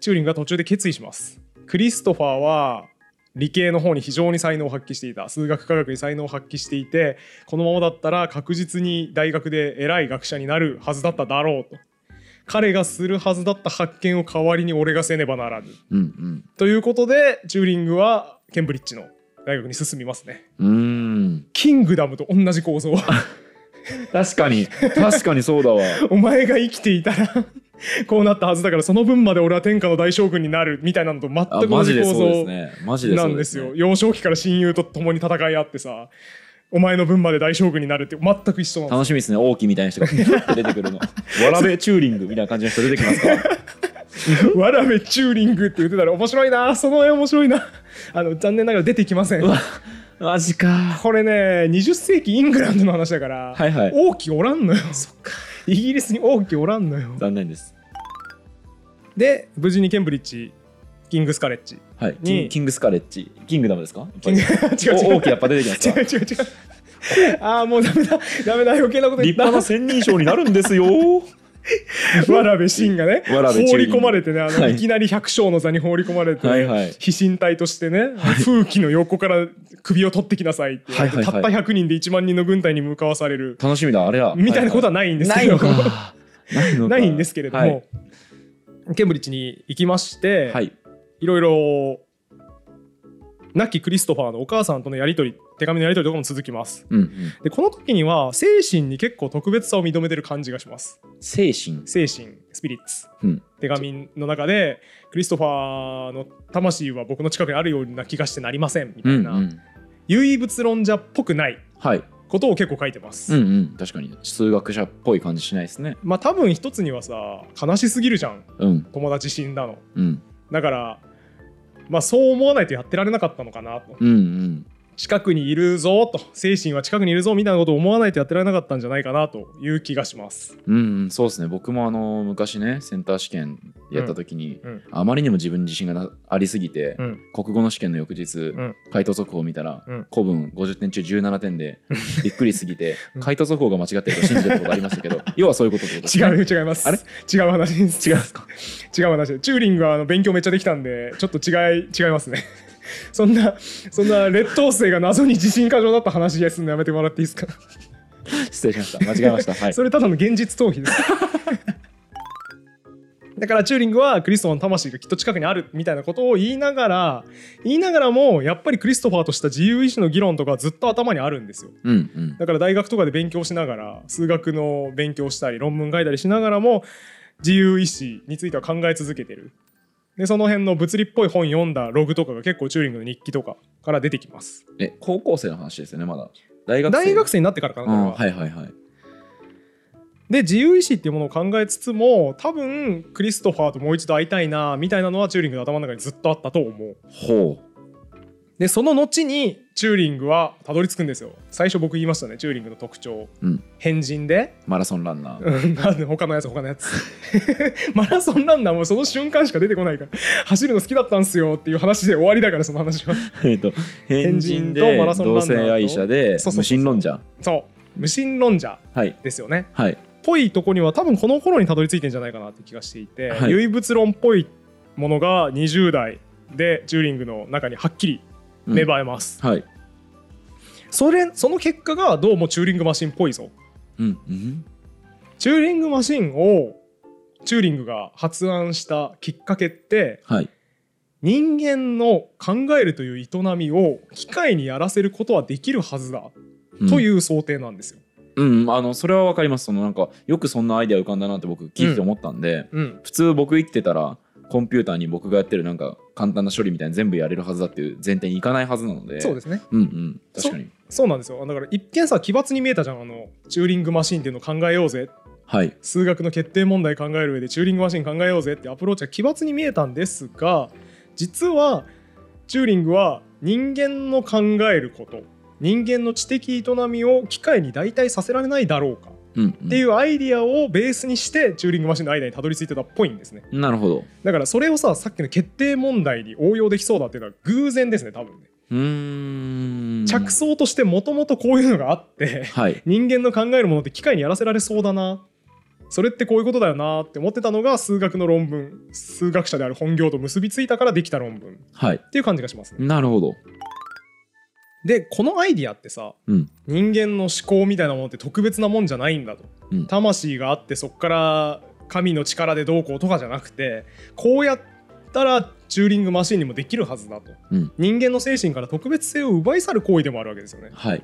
S1: チューリングが途中で決意します。クリストファーは理系の方に非常に才能を発揮していた。数学科学に才能を発揮していて、このままだったら確実に大学で偉い学者になるはずだっただろうと。彼がするはずだった発見を代わりに俺がせねばならぬ。
S2: うん
S1: ということで、チューリングはケンブリッジの大学に進みますね。
S2: うん。うーん。
S1: キングダムと同じ構 造
S2: 確かに、確かにそう だわ。
S1: お前が生きていたらこうなったはずだからその分まで俺は天下の大将軍になるみたいなのと全
S2: あ、
S1: く同
S2: マジ
S1: じ
S2: で
S1: 構
S2: そうです
S1: 造
S2: ね。マジで
S1: な
S2: そ
S1: ん
S2: う
S1: で
S2: ですす、
S1: よ
S2: ね。
S1: 幼少期から親友と共に戦い合ってさお前の分まで大将軍になるって全く一緒なんで
S2: 楽しみですね。王毅みた いな人がピュッて出てくるの。わらべチューリングみたいな感じの人出てきますから。
S1: すよ。 わらべチューリングって言ってたら面白いなその絵面白い なあの残念ながら出てきません。
S2: マジか。
S1: これね20世紀イングランドの話だから、
S2: はいはい
S1: 王毅おらんのよイギリスに王毅おらんのよ
S2: 残念です。
S1: で無事にケンブリッジキングスカレッジ
S2: はい。
S1: に
S2: キンキングスカレッジ。キングダムですかやっぱ
S1: 違う
S2: り
S1: 違う違
S2: お
S1: う
S2: 王毅やっぱ出てきます
S1: 違
S2: か
S1: う違う違うああもうダメだダメだ余計なこと言っ
S2: 立
S1: た
S2: 派な千人称になるんですよ。
S1: 渡辺真がね
S2: わらべ
S1: 放
S2: 中
S1: り
S2: 林
S1: 込まれてねあの、
S2: はい
S1: い、きなり百姓の座に放り込まれて、
S2: はいはい
S1: 非神体としてね、風紀の横から首を取ってきなさいって言われて、
S2: はいはいはい
S1: たった100人で1万人の軍隊に向かわされる
S2: 楽しみだ、あれは。
S1: みたいなことはないんですけど、
S2: ないのか。ないのか
S1: ないんですけれども、
S2: はい
S1: ケンブリッジに行きまして、
S2: はい
S1: いろいろ亡きクリストファーのお母さんとのやり取り手紙のやり取りとかも続きます
S2: うんうん、
S1: でこの時には精神に結構特別さを認めてる感じがします
S2: 精神、
S1: 精神スピリッツ
S2: うん、
S1: 手紙の中でクリストファーの魂は僕の近くにあるような気がしてなりませんみた
S2: う
S1: い
S2: ん
S1: な、
S2: うん
S1: 唯物論者っぽくない
S2: はい
S1: ことを結構書いてます、
S2: うんうん確かに数学者っぽい感じしないですね
S1: まあ多分一つにはさ悲しすぎるじゃん
S2: うん
S1: 友達死んだの
S2: うん
S1: だからまあそう思わないとやってられなかったのかなと
S2: うんうん
S1: 近くにいるぞと精神は近くにいるぞみたいなことを思わないとやってられなかったんじゃないかなという気がします
S2: うんうん、そうですね僕もあの昔ねセンター試験やった時に、
S1: うんうん
S2: あまりにも自分に自信がなありすぎて、
S1: うん
S2: 国語の試験の翌日、
S1: ん
S2: 回答速報を見たら、
S1: うん
S2: 古文50点中17点でびっくりすぎて、
S1: うん
S2: 回答速報が間違ってると信じてたことありました けど要はそういうことってことです
S1: 違
S2: ね
S1: う違います
S2: あれ
S1: 違う話です
S2: 違うんですか
S1: 違う話ですチューリングはあの勉強めっちゃできたんでちょっと違い違いますね そんなそんな劣等生が謎に自信過剰だった話ですんのやめてもらっていいですか、
S2: 失礼しました間違えましたはい
S1: それただの現実逃避です だからチューリングはクリストファーの魂がきっと近くにあるみたいなことを言いながら言いながらもやっぱりクリストファーとした自由意志の議論とかはずっと頭にあるんですよ
S2: うんうん
S1: だから大学とかで勉強しながら数学の勉強したり論文書いたりしながらも自由意志については考え続けてるでその辺の物理っぽい本読んだログとかが結構チューリングの日記とかから出てきます
S2: え高校生の話ですよねまだ大学生
S1: 大学生になってからかなこれ
S2: う
S1: は、
S2: んはいはいはい
S1: で自由意志っていうものを考えつつも多分クリストファーともう一度会いたいなみたいなのはチューリングの頭の中にずっとあったと思う
S2: ほ
S1: でその後にチューリングはたどり着くんですよ最初僕言いましたねチューリングの特徴、
S2: うん
S1: 変人で
S2: うマラソンランナー
S1: うん、まあ他のやつ他のやつ マラソンランナーもその瞬間しか出てこないから走るの好きだったんすよっていう話で終わりだからその話は
S2: えっと変人
S1: 変人
S2: で
S1: とマラソン
S2: 同
S1: ランナーと
S2: 性愛者で
S1: そうそうそうそう
S2: 無神論者
S1: そう無神論者
S2: はい
S1: ですよね
S2: はい
S1: ぽいとこには多分この頃にたどり着いてんじゃないかなって気がしていて、
S2: はい
S1: 唯物論っぽいものが20代でチューリングの中にはっきり
S2: うん
S1: 芽生えます、
S2: はい
S1: それその結果がどうもチューリングマシンっぽいぞ
S2: うんうん
S1: チューリングマシンをチューリングが発案したきっかけって
S2: はい
S1: 人間の考えるという営みを機械にやらせることはできるはずだと
S2: う
S1: いう想定なんですよ。
S2: ん、うん、あのそれはわかりますそのなんかよくそんなアイデア浮かんだなって僕聞いてて思ったんで、
S1: うん、
S2: 普通僕生きてたらコンピューターに僕がやってるなんか簡単な処理みたいなの全部やれるはずだっていう前提にいかないはずなので
S1: そうですね。
S2: うんうん確かに
S1: そうなんですよ。だから一見さ奇抜に見えたじゃんあのチューリングマシンっていうのを考えようぜ
S2: はい
S1: 数学の決定問題考える上でチューリングマシン考えようぜってアプローチは奇抜に見えたんですが実はチューリングは人間の考えること人間の知的営みを機械に代替させられないだろうか
S2: うん、うん、
S1: っていうアイディアをベースにしてチューリングマシンのアイデアにたどり着いてたっぽいんですね
S2: なるほど
S1: だからそれをささっきの決定問題に応用できそうだっていうのは偶然ですね多分ね、
S2: うーん
S1: 着想としてもともとこういうのがあって
S2: はい
S1: 人間の考えるものって機械にやらせられそうだなそれってこういうことだよなって思ってたのが数学の論文数学者である本業と結びついたからできた論文っ
S2: はい
S1: ていう感じがしますね
S2: なるほど
S1: でこのアイディアってさ、
S2: うん
S1: 人間の思考みたいなものって特別なもんじゃないんだと、
S2: うん
S1: 魂があってそこから神の力でどうこうとかじゃなくてこうやったらチューリングマシンにもできるはずだと、
S2: うん
S1: 人間の精神から特別性を奪い去る行為でもあるわけですよね
S2: はい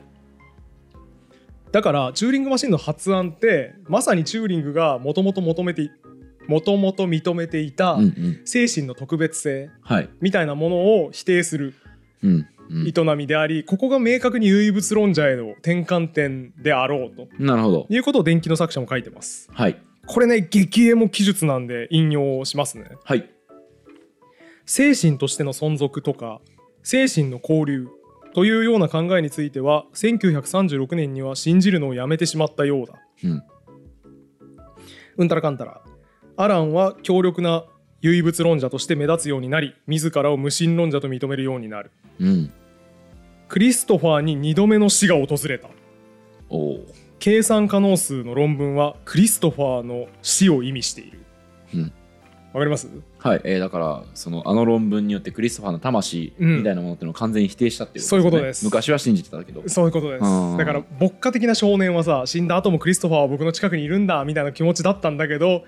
S1: だからチューリングマシンの発案ってまさにチューリングがもともと求めてもともと認めていた
S2: うんうん
S1: 精神の特別性
S2: はい
S1: みたいなものを否定する
S2: うんうん
S1: 営みでありここが明確に唯物論者への転換点であろうと
S2: なるほど
S1: いうことを電気の作者も書いてます
S2: はい
S1: これね激エモ記述なんで引用しますね
S2: はい
S1: 精神としての存続とか精神の交流というような考えについては1936年には信じるのをやめてしまったようだ
S2: うん
S1: うんたらかんたらアランは強力な唯物論者として目立つようになり自らを無神論者と認めるようになる
S2: うん
S1: クリストファーに2度目の死が訪れた
S2: おおー
S1: 計算可能数の論文はクリストファーの死を意味している
S2: うん
S1: わかります
S2: はい、えーだからそのあの論文によってクリストファーの魂
S1: うん
S2: みたいなものっていうのを完全に否定したっていう、
S1: そういうことです
S2: 昔は信じてたけど
S1: そういうことです
S2: うん
S1: だから牧歌的な少年はさ死んだ後もクリストファーは僕の近くにいるんだみたいな気持ちだったんだけど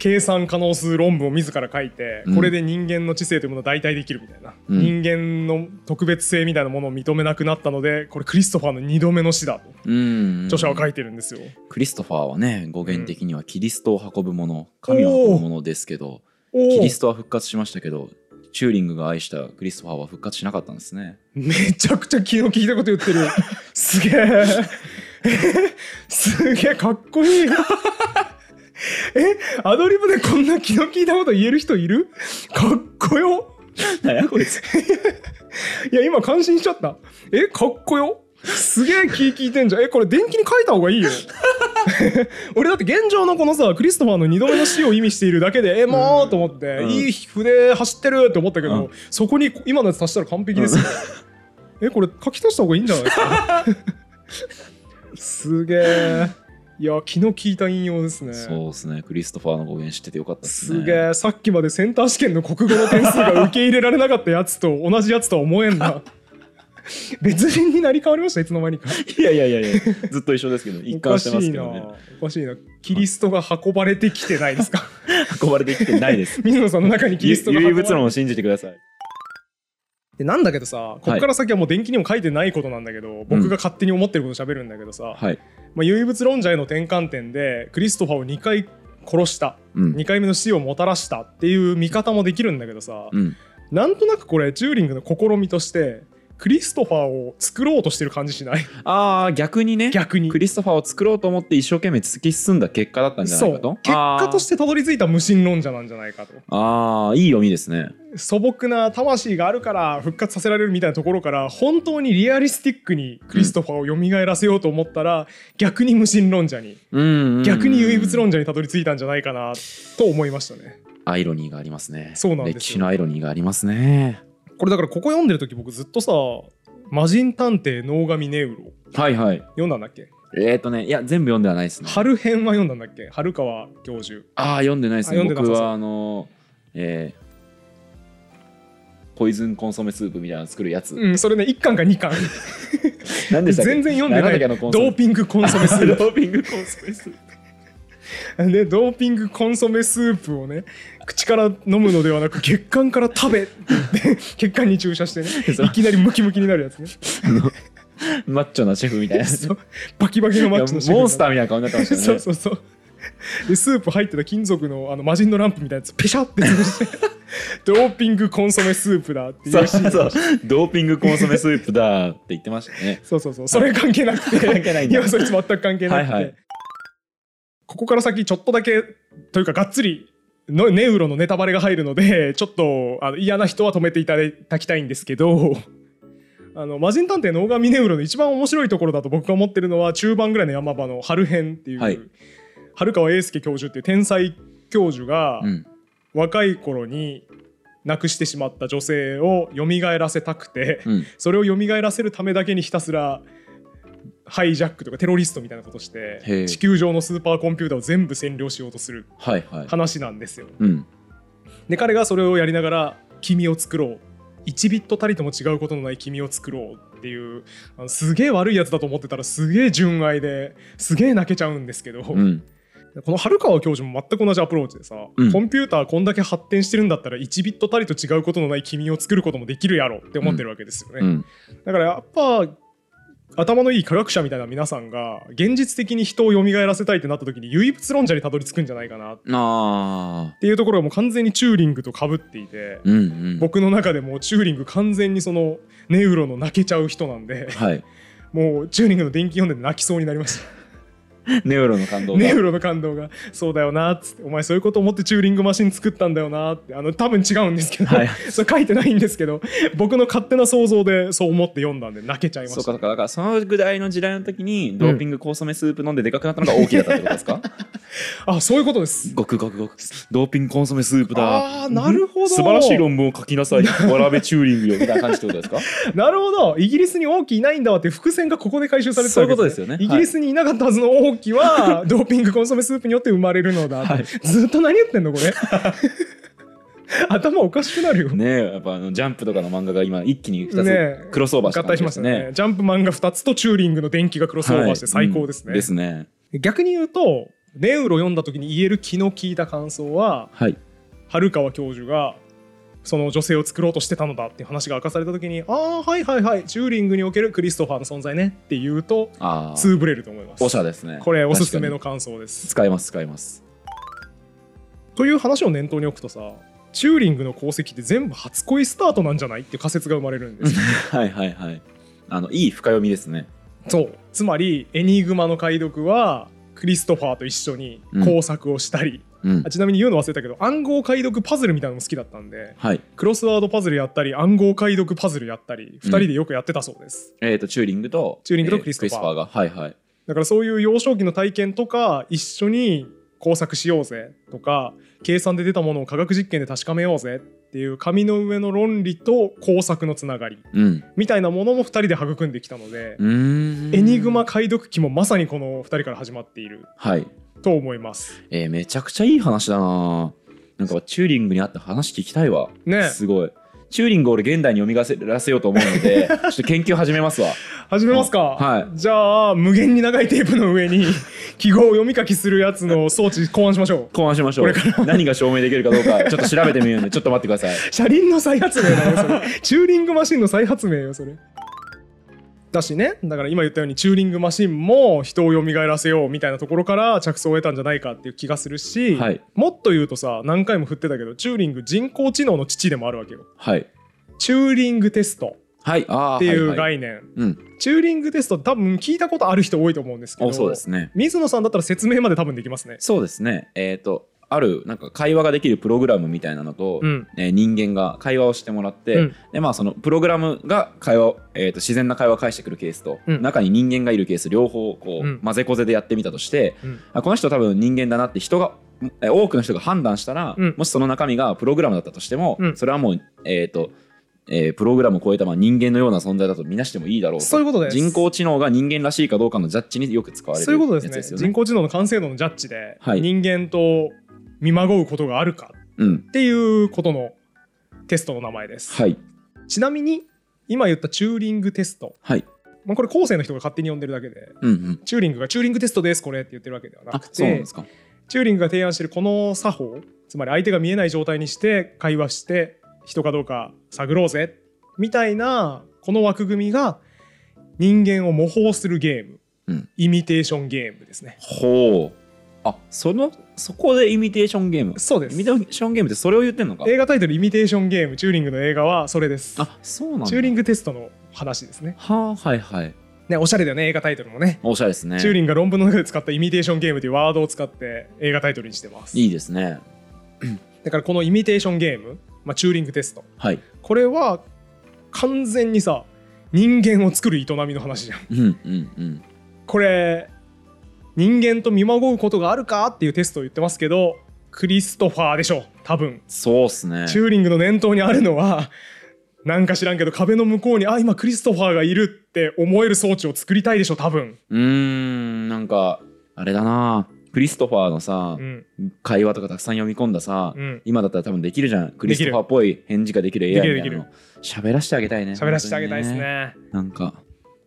S1: 計算可能数論文を自ら書いて、
S2: うん
S1: これで人間の知性というものを代替できるみたいな、
S2: うん
S1: 人間の特別性みたいなものを認めなくなったのでこれクリストファーの2度目の死だと
S2: うん
S1: 著者は書いてるんですよ。
S2: クリストファーはね語源的にはキリストを運ぶもの神を運ぶものですけど
S1: お
S2: キリ
S1: ー
S2: ストは復活しましたけどチューリングが愛したクリストファーは復活しなかったんですね
S1: めちゃくちゃ気の利いたこと言ってるすげえすげえかっこいいえアドリブでこんな気の利いたこと言える人いるかっこよ
S2: 何やこいつ
S1: いや今感心しちゃったえかっこよすげえ気利いてんじゃんえこれ電気に書いた方がいいよ 俺だって現状のこのさクリストファーの2度目の死を意味しているだけでえもうと思って、
S2: うん
S1: いい筆走ってるって思ったけど、
S2: うん
S1: そこに今のやつ足したら完璧ですよ、 えこれ書き足した方がいいんじゃ ないですかすげえいや気の利いた引用ですね
S2: そうですねクリストファーの語源知っててよかったですね
S1: すげえさっきまでセンター試験の国語の点数が受け入れられなかったやつと同じやつとは思えん な別人になり変わりましたいつの間にか
S2: いやいやいやいやずっと一緒ですけど一
S1: お
S2: 貫
S1: か
S2: して
S1: し
S2: ます
S1: い
S2: け
S1: な
S2: どね
S1: おかしいなキリストが運ばれてきてないです か
S2: 運ばれてきてないです
S1: 水野さんの中にキリ
S2: ゆ
S1: ストが
S2: 唯
S1: 運ばれ
S2: 物
S1: て
S2: 論を信じてください
S1: でなんだけどさこっから先はもう電気にも書いてないことなんだけど、僕が勝手に思ってること喋るんだけどさ、
S2: はい、
S1: まあ、唯物論者への転換点でクリストファーを2回殺した
S2: うん
S1: 2回目の死をもたらしたっていう見方もできるんだけどさ、
S2: うん、
S1: なんとなくこれチューリングの試みとしてクリストファーを作ろうとしてる感じし ない
S2: ああ逆にね
S1: 逆に
S2: クリストファーを作ろうと思って一生懸命突き進んだ結果だったんじゃな
S1: そ
S2: いうかと
S1: 結果としててたどり着いた無神論者なんじゃないかと
S2: あーあーいい読みですね
S1: 素朴な魂があるから復活させられるみたいなところから本当にリアリスティックにクリストファーを蘇らせようと思ったら、逆に無神論者に
S2: うんうんうん
S1: 逆に唯物論者にたどり着いたんじゃないかなと思いましたね。
S2: アイロニーがありますね
S1: そうなんですよ
S2: 歴史のアイロニーがありますね
S1: これだからここ読んでる時僕ずっとさ「魔人探偵能神ネウロ
S2: はいはい」
S1: 読んだんだっけ
S2: えー、とねいや全部読んではないですね
S1: 春編は読んだんだっけ春川教授
S2: ああ読んでないで
S1: あ
S2: すね
S1: 読んでなさ
S2: 僕
S1: そう
S2: はあのえーポイズンコンソメスープみたいなの作るやつ、
S1: うん、それね、1巻か2巻。
S2: 何でしたっけ
S1: 全然読んでない。
S2: 長崎の
S1: ド
S2: コンソメ
S1: ーピングコンソメスー
S2: ドーピングコンソメスープ
S1: プ。ね、ドーピングコンソメスープをね、口から飲むのではなく、血管から食べって 言って血管に注射して
S2: そう
S1: ね、いきなりムキムキになるやつね。
S2: マッチョなシェフみたいな
S1: そうバキバキのマッチの
S2: いやモンスタ
S1: ー
S2: ーみたいな顔になってましたよね
S1: そうそうそう。で、スープ入ってた金属のあの魔人のランプみたいなやつ、ペシャって潰して、ドーピングコンソメスープだっていうシーン
S2: そうそうドーピングコンソメスープだって言ってましたね
S1: そうそうそう、それ関係なくて、
S2: 関係ないんだ
S1: や、そいつ全く関係なくて、
S2: はいはい
S1: ここから先、ちょっとだけ、というか、がっつりの、ネウロのネタバレが入るので、 ちょっとあの嫌な人は止めていただきたいんですけど、 あの魔人探偵の大神ネウロの一番面白いところだと僕が思ってるのは、中盤ぐらいの山場の春編っていう、
S2: はい
S1: 春川英介教授っていう天才教授が、
S2: うん
S1: 若い頃に亡くしてしまった女性を蘇らせたくて、
S2: うん
S1: それを蘇らせるためだけにひたすらハイジャックとかテロリストみたいなことして
S2: へえ
S1: 地球上のスーパーコンピューターを全部占領しようとする
S2: はいはい
S1: 話なんですよ。
S2: うん
S1: で彼がそれをやりながら「君を作ろう」1ビットたりとも違うことのない君を作ろうっていうあのすげえ悪いやつだと思ってたらすげえ純愛ですげえ泣けちゃうんですけど、
S2: うん
S1: この春川教授も全く同じアプローチでさ、
S2: うん
S1: コンピューターこんだけ発展してるんだったら1ビットたりと違うことのない君を作ることもできるやろって思ってるわけですよね、
S2: うん
S1: だからやっぱ頭のいい科学者みたいな皆さんが現実的に人を蘇らせたいってなった時に唯物論者にたどり着くんじゃないかなっ
S2: あ
S1: ていうところがもう完全にチューリングと被っていて
S2: ー、うんうん
S1: 僕の中でもうチューリング完全にそのネウロの泣けちゃう人なんで
S2: はい
S1: もうチューリングの電気読んで泣きそうになりました
S2: ネウロの感動が
S1: ネウロの感動がそうだよなっつってお前そういうこと思ってチューリングマシン作ったんだよなってあの多分違うんですけど、
S2: はい
S1: それ書いてないんですけど僕の勝手な想像でそう思って読んだんで泣けちゃいま
S2: そう
S1: した
S2: かそうかだからそのぐらいの時代の時にドーピングコンソメスープ飲んででかくなったのが大きだったってことですか
S1: あそういうことです
S2: ごくごくごくドーピングコンソメスープだ
S1: あーなるほど
S2: 素晴らしい論文を書きなさい わらべチューリングよみたいな感じってことですか
S1: なるほどイギリスに王毅いないんだわって伏線がここで回収されてたわけ
S2: そういうことですよね
S1: イギリスにいなかったはずの王毅 はドーピングコンソメスープによって生まれるのだ、
S2: はい
S1: ずっと何言ってんのこ れ頭おかしくなるよ
S2: ねえやっぱあのジャンプとかの漫画が今一気に
S1: ね
S2: 2
S1: え
S2: つクロスオーバー
S1: 合
S2: した感
S1: 体
S2: じ
S1: し
S2: で
S1: ますした
S2: ね
S1: ねジャンプ漫画2つとチューリングの電気がクロスオーバーして最高ですね、
S2: はいうんですね
S1: 逆に言うとネウロ読んだ時に言える気の利いた感想は
S2: はい
S1: 春川教授がその女性を作ろうとしてたのだっていう話が明かされた時にああはいはいはいチューリングにおけるクリストファーの存在ねって言うと
S2: あ
S1: ツ
S2: あ
S1: ーブレると思います
S2: おしゃですね
S1: これおすすめの
S2: 確か
S1: 感想で
S2: に
S1: す
S2: 使います使います
S1: という話を念頭に置くとさチューリングの功績って全部初恋スタートなんじゃないっていう仮説が生まれるんですよ
S2: はいはいはいあのいい深読みですね
S1: そうつまりエニグマの解読はクリストファーと一緒に工作をしたり、
S2: うん
S1: あちなみに言うの忘れたけど暗号解読パズルみたいなのも好きだったんで
S2: はい
S1: クロスワードパズルやったり暗号解読パズルやったり2人でよくやってたそうです、
S2: えー、とチューリングと
S1: チューリングと
S2: え
S1: クリストファー
S2: がはいはい
S1: だからそういう幼少期の体験とか一緒に工作しようぜとか計算で出たものを科学実験で確かめようぜっていう紙の上の論理と工作のつながり
S2: うん
S1: みたいなものも2人で育んできたので
S2: う、ーん
S1: エニグマ解読期もまさにこの2人から始まっている
S2: はい
S1: と思います。
S2: えーめちゃくちゃいい話だななんかチューリングにあった話聞きたいわ
S1: ねえ
S2: すごいチューリングを俺現代に読みせらせようと思うの でちょっと研究始めますわ
S1: 始めますか、
S2: は
S1: じゃあ無限に長いテープの上に 記号を読み書きするやつの装置考案しましょ
S2: 考案しましょ
S1: こ
S2: う
S1: れから。
S2: 何が証明できるかどうかちょっと調べてみるんでちょっと待ってくださいう
S1: 車輪の再発明だよそれチューリングマシンの再発明よそれ。だしねだから今言ったようにチューリングマシンも人を蘇らせようみたいなところから着想を得たんじゃないかっていう気がするし、
S2: はい
S1: もっと言うとさ何回も振ってたけどチューリング人工知能の父でもあるわけよ。
S2: はい
S1: チューリングテスト
S2: はいあー
S1: っていう
S2: はいはい
S1: 概念、
S2: うん
S1: チューリングテスト多分聞いたことある人多いと思うんですけど
S2: おそうですね
S1: 水野さんだったら説明まで多分できますね。
S2: そうですねえっ、とあるなんか会話ができるプログラムみたいなのと、
S1: うん
S2: えー人間が会話をしてもらって、
S1: うん
S2: でまあそのプログラムが会話を、えー、と自然な会話を返してくるケースと、
S1: うん
S2: 中に人間がいるケース両方こう、
S1: うん
S2: 混ぜこぜでやってみたとして、
S1: うん
S2: あこの人多分人間だなって人がえー多くの人が判断したら、
S1: うん
S2: もしその中身がプログラムだったとしても、
S1: うん
S2: それはもうえっ、とえープログラムを超えたまあ人間のような存在だとみなしてもいいだろうと
S1: そういうことです。
S2: 人工知能が人間らしいかどうかのジャッジによく使われ
S1: そういうこと
S2: る
S1: です
S2: やつ
S1: ね
S2: ですよ
S1: 人
S2: ね。
S1: 工知能の完成度のジャッジで、
S2: はい
S1: 人間と見まごうことがあるか
S2: うん
S1: っていうことのテストの名前です、
S2: はい
S1: ちなみに今言ったチューリングテスト、
S2: はい
S1: まあ、これ後世の人が勝手に呼んでるだけで
S2: うんうん
S1: チューリングがチューリングテストですこれって言ってるわけではな
S2: あ
S1: く
S2: そうなん
S1: て
S2: ですか
S1: チューリングが提案してるこの作法つまり相手が見えない状態にして会話して人かどうか探ろうぜみたいなこの枠組みが人間を模倣するゲーム、
S2: うん
S1: イミテーションゲームですね
S2: ほうあそのそこでイミテーションゲーム
S1: そうで
S2: イ
S1: す
S2: ミテーションゲームってそれを言ってんのか
S1: 映画タイトル「イミテーションゲーム」チューリングの映画はそれです
S2: あそうなんだ
S1: チューリングテストの話ですね
S2: はあはいはい
S1: ねおしゃれだよね映画タイトルもね
S2: おしゃれですね
S1: チューリングが論文の中で使ったイミテーションゲームというワードを使って映画タイトルにしてます
S2: いいですね
S1: だからこのイミテーションゲーム、まあ、チューリングテスト
S2: はい
S1: これは完全にさ人間を作る営みの話じゃん
S2: うんうんうん
S1: これ人間と見まごうことがあるかっていうテストを言ってますけどクリストファーでしょ多分
S2: そうっすね
S1: チューリングの念頭にあるのはなんか知らんけど壁の向こうにあ今クリストファーがいるって思える装置を作りたいでしょ多分、
S2: うーんなんかあれだなクリストファーのさ、
S1: うん、
S2: 会話とかたくさん読み込んださ、
S1: うん
S2: 今だったら多分できるじゃんクリストファーっぽい返事ができる
S1: でき
S2: AI
S1: る
S2: みたいなの
S1: で
S2: 喋らせてあげたいね
S1: 喋らせてあげたいです
S2: 本
S1: ね
S2: 当になんか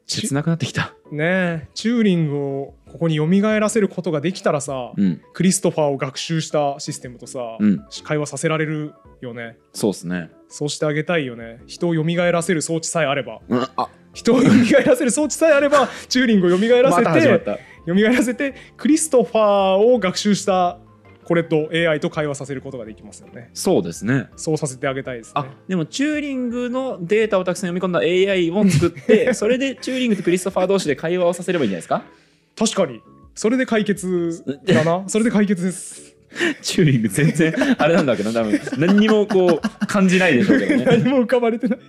S1: ち
S2: 切なくなってきた
S1: ねえチューリングをここに蘇らせることができたらさ、
S2: うん
S1: クリストファーを学習したシステムとさ、
S2: うん
S1: 会話させられるよね
S2: そうっすね
S1: そうしてあげたいよね人を蘇らせる装置さえあれば
S2: うんあ
S1: 人を蘇らせる装置さえあればチューリングを蘇ら
S2: ま
S1: せ
S2: た始まってた
S1: 蘇らせてクリストファーを学習したこれと AI と会話させることができますよね
S2: そうですね
S1: そうさせてあげたいですね
S2: あでもチューリングのデータをたくさん読み込んだ AI を作って それでチューリングとクリストファー同士で会話をさせればいいんじゃないですか
S1: 確かにそれで解決だなそれで解決です
S2: チューリング全然あれなんだけど多分何にもこ う感じないでしょうけどね
S1: 何も浮かばれてない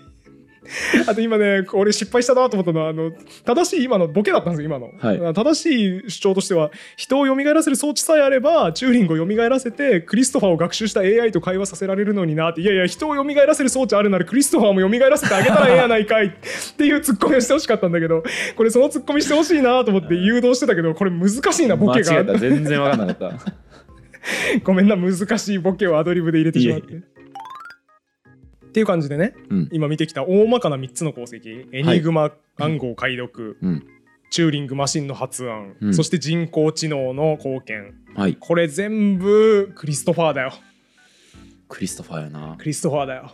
S1: あと今ね俺失敗したなと思ったのはあの正しい今のボケだったんですよ今の、
S2: はい
S1: 正しい主張としては人を蘇らせる装置さえあればチューリングを蘇らせてクリストファーを学習した AI と会話させられるのになっていやいや人を蘇らせる装置あるならクリストファーも蘇らせてあげたらええやないかいっていうツッコミをしてほしかったんだけどこれそのツッコミしてほしいなと思って誘導してたけどこれ難しいなボ
S2: 間
S1: ケ
S2: 違
S1: が
S2: えた全然わかんなかった
S1: ごめんな難しいボケをアドリブで入れてしまって。
S2: い
S1: っていう感じでね、
S2: うん
S1: 今見てきた大まかな3つの功績エニグマ暗号解読、
S2: うん
S1: チューリングマシンの発案、
S2: うん
S1: そして人工知能の貢献
S2: はい
S1: これ全部クリストファーだよ
S2: クリストファーやな
S1: クリストファーだよ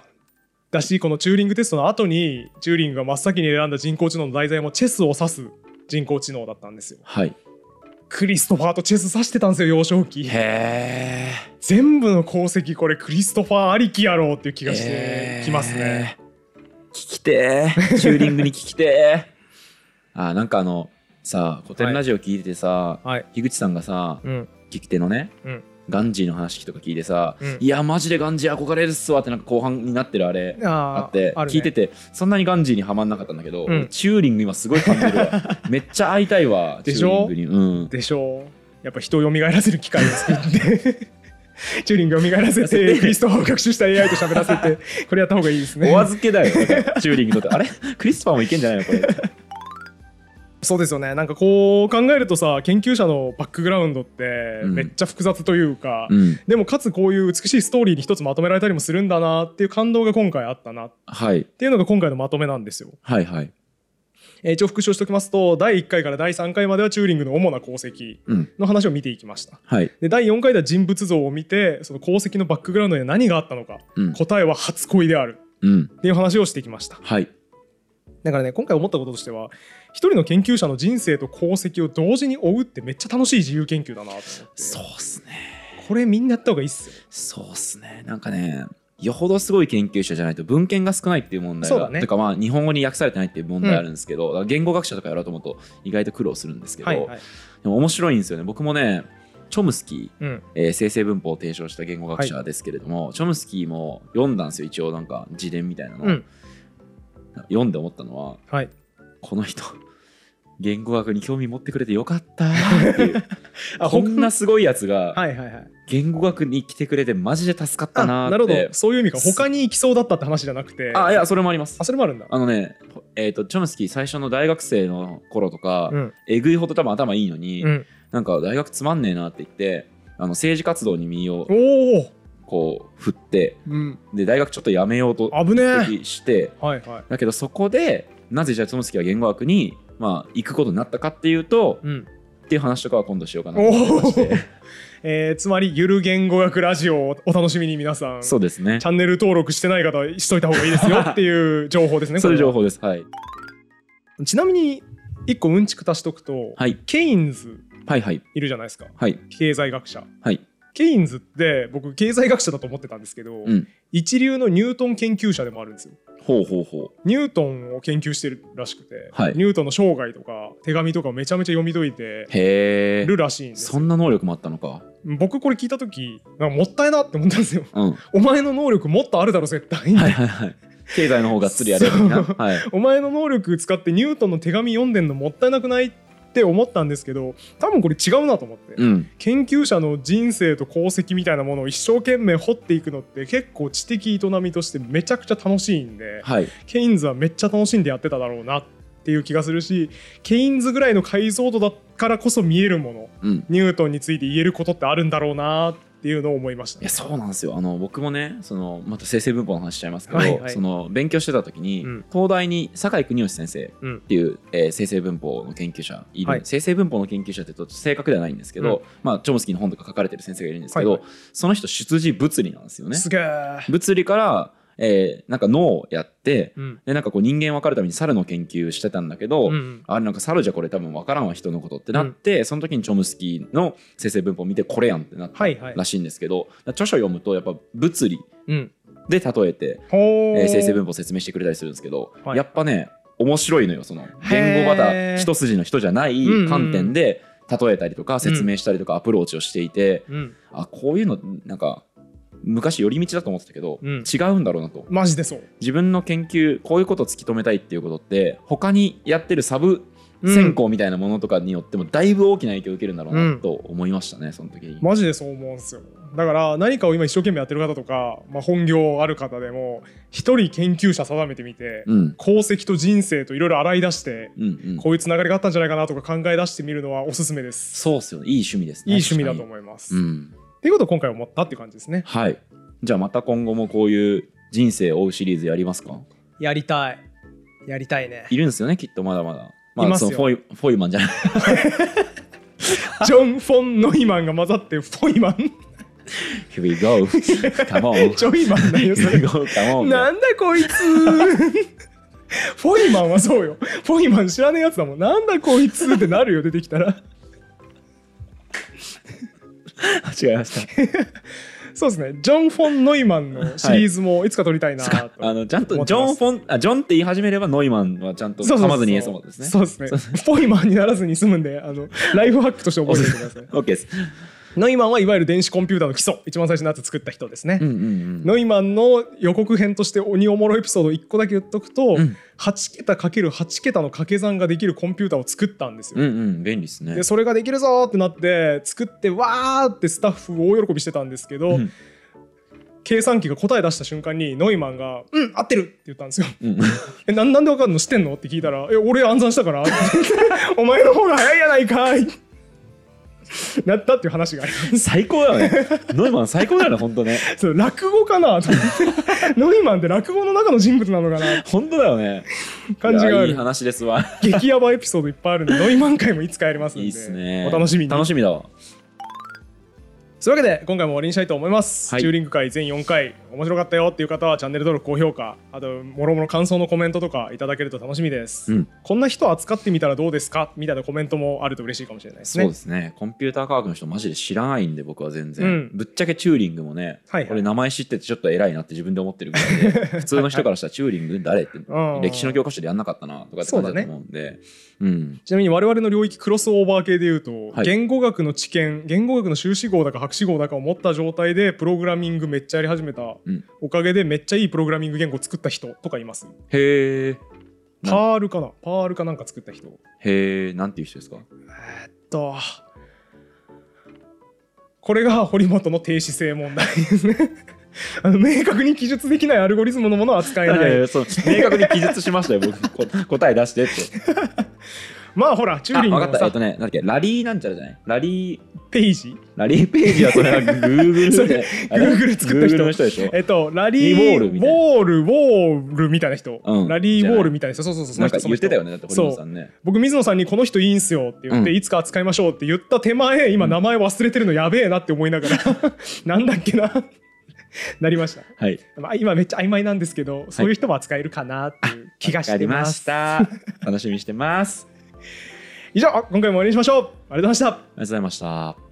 S1: だしこのチューリングテストの後にチューリングが真っ先に選んだ人工知能の題材もチェスを指す人工知能だったんですよ
S2: はい
S1: クリストファーとチェス指してたんですよ幼少期
S2: へー
S1: 全部の功績これクリストファーありきやろうっていう気がしてきますね、
S2: えー聞きてーチューリングに聞きてー あーなんかあのさ古典ラジオ聞いててさ、
S1: はい
S2: 樋口さんがさ
S1: うん
S2: 聞き手のね、
S1: うん
S2: ガンジーの話とか聞いてさ、
S1: うん
S2: いやマジでガンジー憧れるっすわってなんか後半になってるあれ
S1: あ
S2: あ
S1: あ
S2: って
S1: あるね
S2: 聞いててそんなにガンジーにはまんなかったんだけど、
S1: うん
S2: 俺チューリング今すごい感じる わめっちゃ会いたいわ
S1: でしょ
S2: チューリングに、うん、
S1: でしょうやっぱ人を蘇らせる機会を作って チューリングを蘇らせてクリストファーを学習した AI と喋らせてこれやった方がいいです ね
S2: お預けだよだからチューリング にとってあれクリスパーもいけんじゃないのこれ
S1: そうですよねなんかこう考えるとさ研究者のバックグラウンドって
S2: うん
S1: めっちゃ複雑というか、
S2: うん
S1: でもかつこういう美しいストーリーに一つまとめられたりもするんだなっていう感動が今回あったなっ
S2: はい
S1: ていうのが今回のまとめなんですよ。
S2: はいはい
S1: えー一応復唱しておきますと第1回から第3回まではチューリングの主な功績
S2: うん
S1: の話を見ていきました。
S2: はい
S1: で第4回では人物像を見てその功績のバックグラウンドには何があったのか、
S2: うん
S1: 答えは初恋である
S2: うん
S1: っていう話をしてきました
S2: はい
S1: だからね今回思ったこととしては一人の研究者の人生と功績を同時に追うってめっちゃ楽しい自由研究だなと思って
S2: そうっすね
S1: これみんなやった方がいいっすよ
S2: そうっすねなんかねよほどすごい研究者じゃないと文献が少ないっていう問題
S1: そう
S2: が
S1: だね
S2: てかまあ日本語に訳されてないっていう問題あるんですけど、だから言語学者とかやろうと思うと意外と苦労するんですけど、
S1: はいはい
S2: でも面白いんですよね僕もねチョムスキー
S1: うん
S2: えー生成文法を提唱した言語学者ですけれども、チョムスキーも読んだんですよ一応なんか自伝みたいなの、
S1: うん
S2: 読んで思ったのは
S1: はい
S2: この人言語学に興味持ってくれてよかったーっていう
S1: あ
S2: こんなすごいやつが
S1: はいはいはい
S2: 言語学に来てくれてマジで助かった
S1: あ
S2: なーって
S1: なるほどそういう意味か他に行きそうだったって話じゃなくて
S2: あいやそれもあります
S1: あそれもあるんだ
S2: あのね、えー、とチョムスキー最初の大学生の頃とか、
S1: うん
S2: えぐいほど多分頭いいのに、
S1: うん
S2: なんか大学つまんねえなって言ってあの政治活動に身を
S1: おお、
S2: こう振って
S1: うん、
S2: で大学ちょっとやめようと
S1: 危ねえ
S2: 指摘して
S1: はいはい
S2: だけどそこでなぜじゃあ友樹が言語学に、まあ、行くことになったかっていうと
S1: うん
S2: っていう話とかは今度しようかなと思ってまして
S1: えーつまりゆる言語学ラジオをお楽しみに皆さん
S2: そうですね
S1: チャンネル登録してない方はしといた方がいいです よっていう情報ですね。
S2: そういう情
S1: こ
S2: 報ですはい、
S1: れはちなみに一個うんちく足しとくと、
S2: はい、
S1: ケインズ
S2: はいはい
S1: いるじゃないですか
S2: はい
S1: 経済学者。
S2: はい
S1: ケインズって僕経済学者だと思ってたんですけど、
S2: ん
S1: 一流のニュートン研究者でもあるんですよ。
S2: ほうほうほ
S1: ニュートンを研究してるらしくて、
S2: はい
S1: ニュートンの生涯とか手紙とかをめちゃめちゃ読み解いて
S2: うへ
S1: る
S2: え
S1: らしいんです
S2: そ
S1: よ。
S2: んな能力もあったのか
S1: 僕これ聞いた時なんかもったいなって思ったんですよ。
S2: うん
S1: お前の能力もっとあるだろ絶対に。
S2: はいはいはい経済の方がっつりやれるみな
S1: そう
S2: はい
S1: お前の能力使ってニュートンの手紙読んでんのもったいなくないって思ったんですけど多分これ違うなと思って、
S2: うん
S1: 研究者の人生と功績みたいなものを一生懸命掘っていくのって結構知的営みとしてめちゃくちゃ楽しいんで
S2: はい
S1: ケインズはめっちゃ楽しんでやってただろうなっていう気がするしケインズぐらいの解像度だからこそ見えるもの
S2: うん
S1: ニュートンについて言えることってあるんだろうなっていうのを思いました
S2: いやそうなんですよあの僕もねそのまた生成文法の話しちゃいますけど、
S1: はいはい
S2: その勉強してた時に、
S1: うん
S2: 東大に酒井邦義先生
S1: うん
S2: っていう、えー生成文法の研究者いる、
S1: はい
S2: 生成文法の研究者ってちょっと正確ではないんですけど、
S1: うん
S2: まあ、チョムスキーの本とか書かれてる先生がいるんですけど、
S1: はいは
S2: その人出自物理なんですよね。
S1: すげえ、
S2: 物理から、えーなんか脳をやって
S1: うん
S2: でなんかこう人間分かるために猿の研究してたんだけど、
S1: うん
S2: あれなんか猿じゃこれ多分分からんわ人のことってなって、その時にチョムスキーの生成文法を見てこれやんってなった
S1: はいはい
S2: らしいんですけど、著書読むとやっぱ物理
S1: うん
S2: で例えて、
S1: ほ
S2: えー生成文
S1: 法
S2: 法を説明してくれたりするんですけど、
S1: はい
S2: やっぱね面白いのよその言語また一筋の人じゃない
S1: うんうん
S2: 観点で例えたりとか説明したりとかアプローチをしていて、
S1: うん
S2: あこういうのなんか昔寄り道だと思ってたけど、
S1: うん
S2: 違うんだろうなと
S1: マジでそう
S2: 自分の研究こういうことを突き止めたいっていうことって他にやってるサブ線香みたいなものとかによってもだいぶ大きな影響を受けるんだろうなと思いましたね、その時に。
S1: マジでそう思うんですよだから何かを今一生懸命やってる方とか、まあ、本業ある方でも一人研究者定めてみて、
S2: うん
S1: 功績と人生といろいろ洗い出して、
S2: うんうん、
S1: こういうつながりがあったんじゃないかなとか考え出してみるのはおすすめです
S2: そうっすよねいい趣味です
S1: いい
S2: ね。
S1: 趣味だと
S2: う。
S1: 思います、
S2: う
S1: っ
S2: ん、
S1: ていうことを今回思ったっていう感じですね
S2: はいじゃあまた今後もこういう人生を追うシリーズやりますか
S1: やりたいやりたいね
S2: いるんですよねきっとまだまだ。ま
S1: いま
S2: あ
S1: す
S2: そ
S1: よ
S2: のフォイフォイマンじゃない
S1: ジョン・フォン・ノイマンが混ざってフォイマン
S2: Here we go Come on
S1: ジョイマンだよそ
S2: Here
S1: れ
S2: we go Come on
S1: なんだこい つフォイマンはそうよフォイマン知らねえやつだもんなんだこいつってなるよ出てきたら
S2: 違いました
S1: そうですねジョン・フォン・ノイマンのシリーズもいつか撮りたいなと、
S2: あのちゃん
S1: 思
S2: と
S1: って
S2: ジョ
S1: ま
S2: ン・
S1: す
S2: フォンあジョンって言い始めればノイマンはちゃんと噛まずに言えそうですね
S1: そうですね。フォイマンにならずに済むんで、あのライフハックとして覚えておいてください。
S2: OK です
S1: ノイマンはいわゆる電子コンピューターの基礎、一番最初のやつ作った人ですね。
S2: うんうん
S1: ノイマンの予告編として鬼おもろエピソード1個だけ言っとくと、
S2: ん
S1: 8桁かける8桁の掛け算ができるコンピューターを作ったんですよ。
S2: うんうんうん便利ですね
S1: でそれができるぞーってなって作ってわーってスタッフ大喜びしてたんですけど、
S2: うん
S1: 計算機が答え出した瞬間にノイマンが「うん合ってる!」って言ったんですよ。
S2: うん
S1: えなんなんでわかんの知ってんのって聞いたら「え俺暗算したから」 お前の方が早いやないかい」 なったっていう話があります
S2: 最高だよね。ノイマン最高だよね、本当ね。
S1: そう落語かなと 思ってノイマンって落語の中の人物なのかな
S2: 本当だよね。
S1: 感じ
S2: い
S1: が
S2: や
S1: あ
S2: いい
S1: る
S2: 話ですわ。
S1: 激ヤバエピソードいっぱいあるんでノイマン回もいつかやりますん
S2: い
S1: で
S2: いっすね。
S1: お楽しみに
S2: 楽しみだわ。
S1: そういうわけで今回も終わりにしたいと思います、
S2: はい
S1: チューリング会全4回面白かったよっていう方はチャンネル登録高評価あともろもろ感想のコメントとかいただけると楽しみです、
S2: うん
S1: こんな人扱ってみたらどうですかみたいなコメントもあると嬉しいかもしれないです
S2: そう
S1: ね
S2: ですね。コンピューター科学の人、マジで知らないんで、僕は全然。
S1: うん
S2: ぶっちゃけチューリングもね、
S1: はいはい
S2: 俺、名前知っててちょっと偉いなって自分で思ってるぐらいで、普通の人からしたらチューリング誰って、
S1: ん
S2: 歴史の教科書でやんなかったなとかって感じだと思うんで、うん。
S1: ちなみに我々の領域クロスオーバー系でいうと、
S2: はい
S1: 言語学の知見言語学の修士号だか博士号だかを持った状態でプログラミングめっちゃやり始めた、
S2: うん
S1: おかげでめっちゃいいプログラミング言語作った人とかいます
S2: へえ、な
S1: パールかなパールかなんか作った人
S2: へえ、なんていう人ですか
S1: えっとこれが堀本の低姿勢問題ですね あの明確に記述できないアルゴリズムのものは扱え
S2: いやい
S1: ない
S2: や そう明確に記述しましたよ、僕。こ答え出してって。
S1: まあほらチューリング
S2: あ、分
S1: の
S2: かった。え
S1: さ
S2: っとね、なんだっけ、ラリーなんちゃらじゃないラリー。
S1: ページ
S2: ラリーページはそ れは Google
S1: それ
S2: で
S1: Google 作った人
S2: Google の人でしょ
S1: えっと、ラリー・
S2: リ
S1: ウ
S2: ウ
S1: ォ
S2: ォールみたいな
S1: ール、ウォールみたいな人、
S2: うん
S1: ラリー・ウォールみたいな人、そうそうそう、そ
S2: な
S1: の
S2: んか
S1: 人、その
S2: 言っ
S1: 人
S2: てたよねだって堀本さんね
S1: 僕、水野さんにこの人いいんすよって言って、
S2: うん
S1: いつか扱いましょうって言った手前、今、名前忘れてるのやべえなって思いながら、 なんだっけな、 なりました。
S2: はい
S1: まあ、今、めっちゃ曖昧なんですけど、そういう人も扱えるかなっていう気が
S2: わ
S1: し
S2: か
S1: て
S2: りま
S1: ま
S2: し
S1: す。
S2: た楽しみにしてます
S1: 以上、今回も終わりにしましょう。ありがとうございました。
S2: ありがとうございました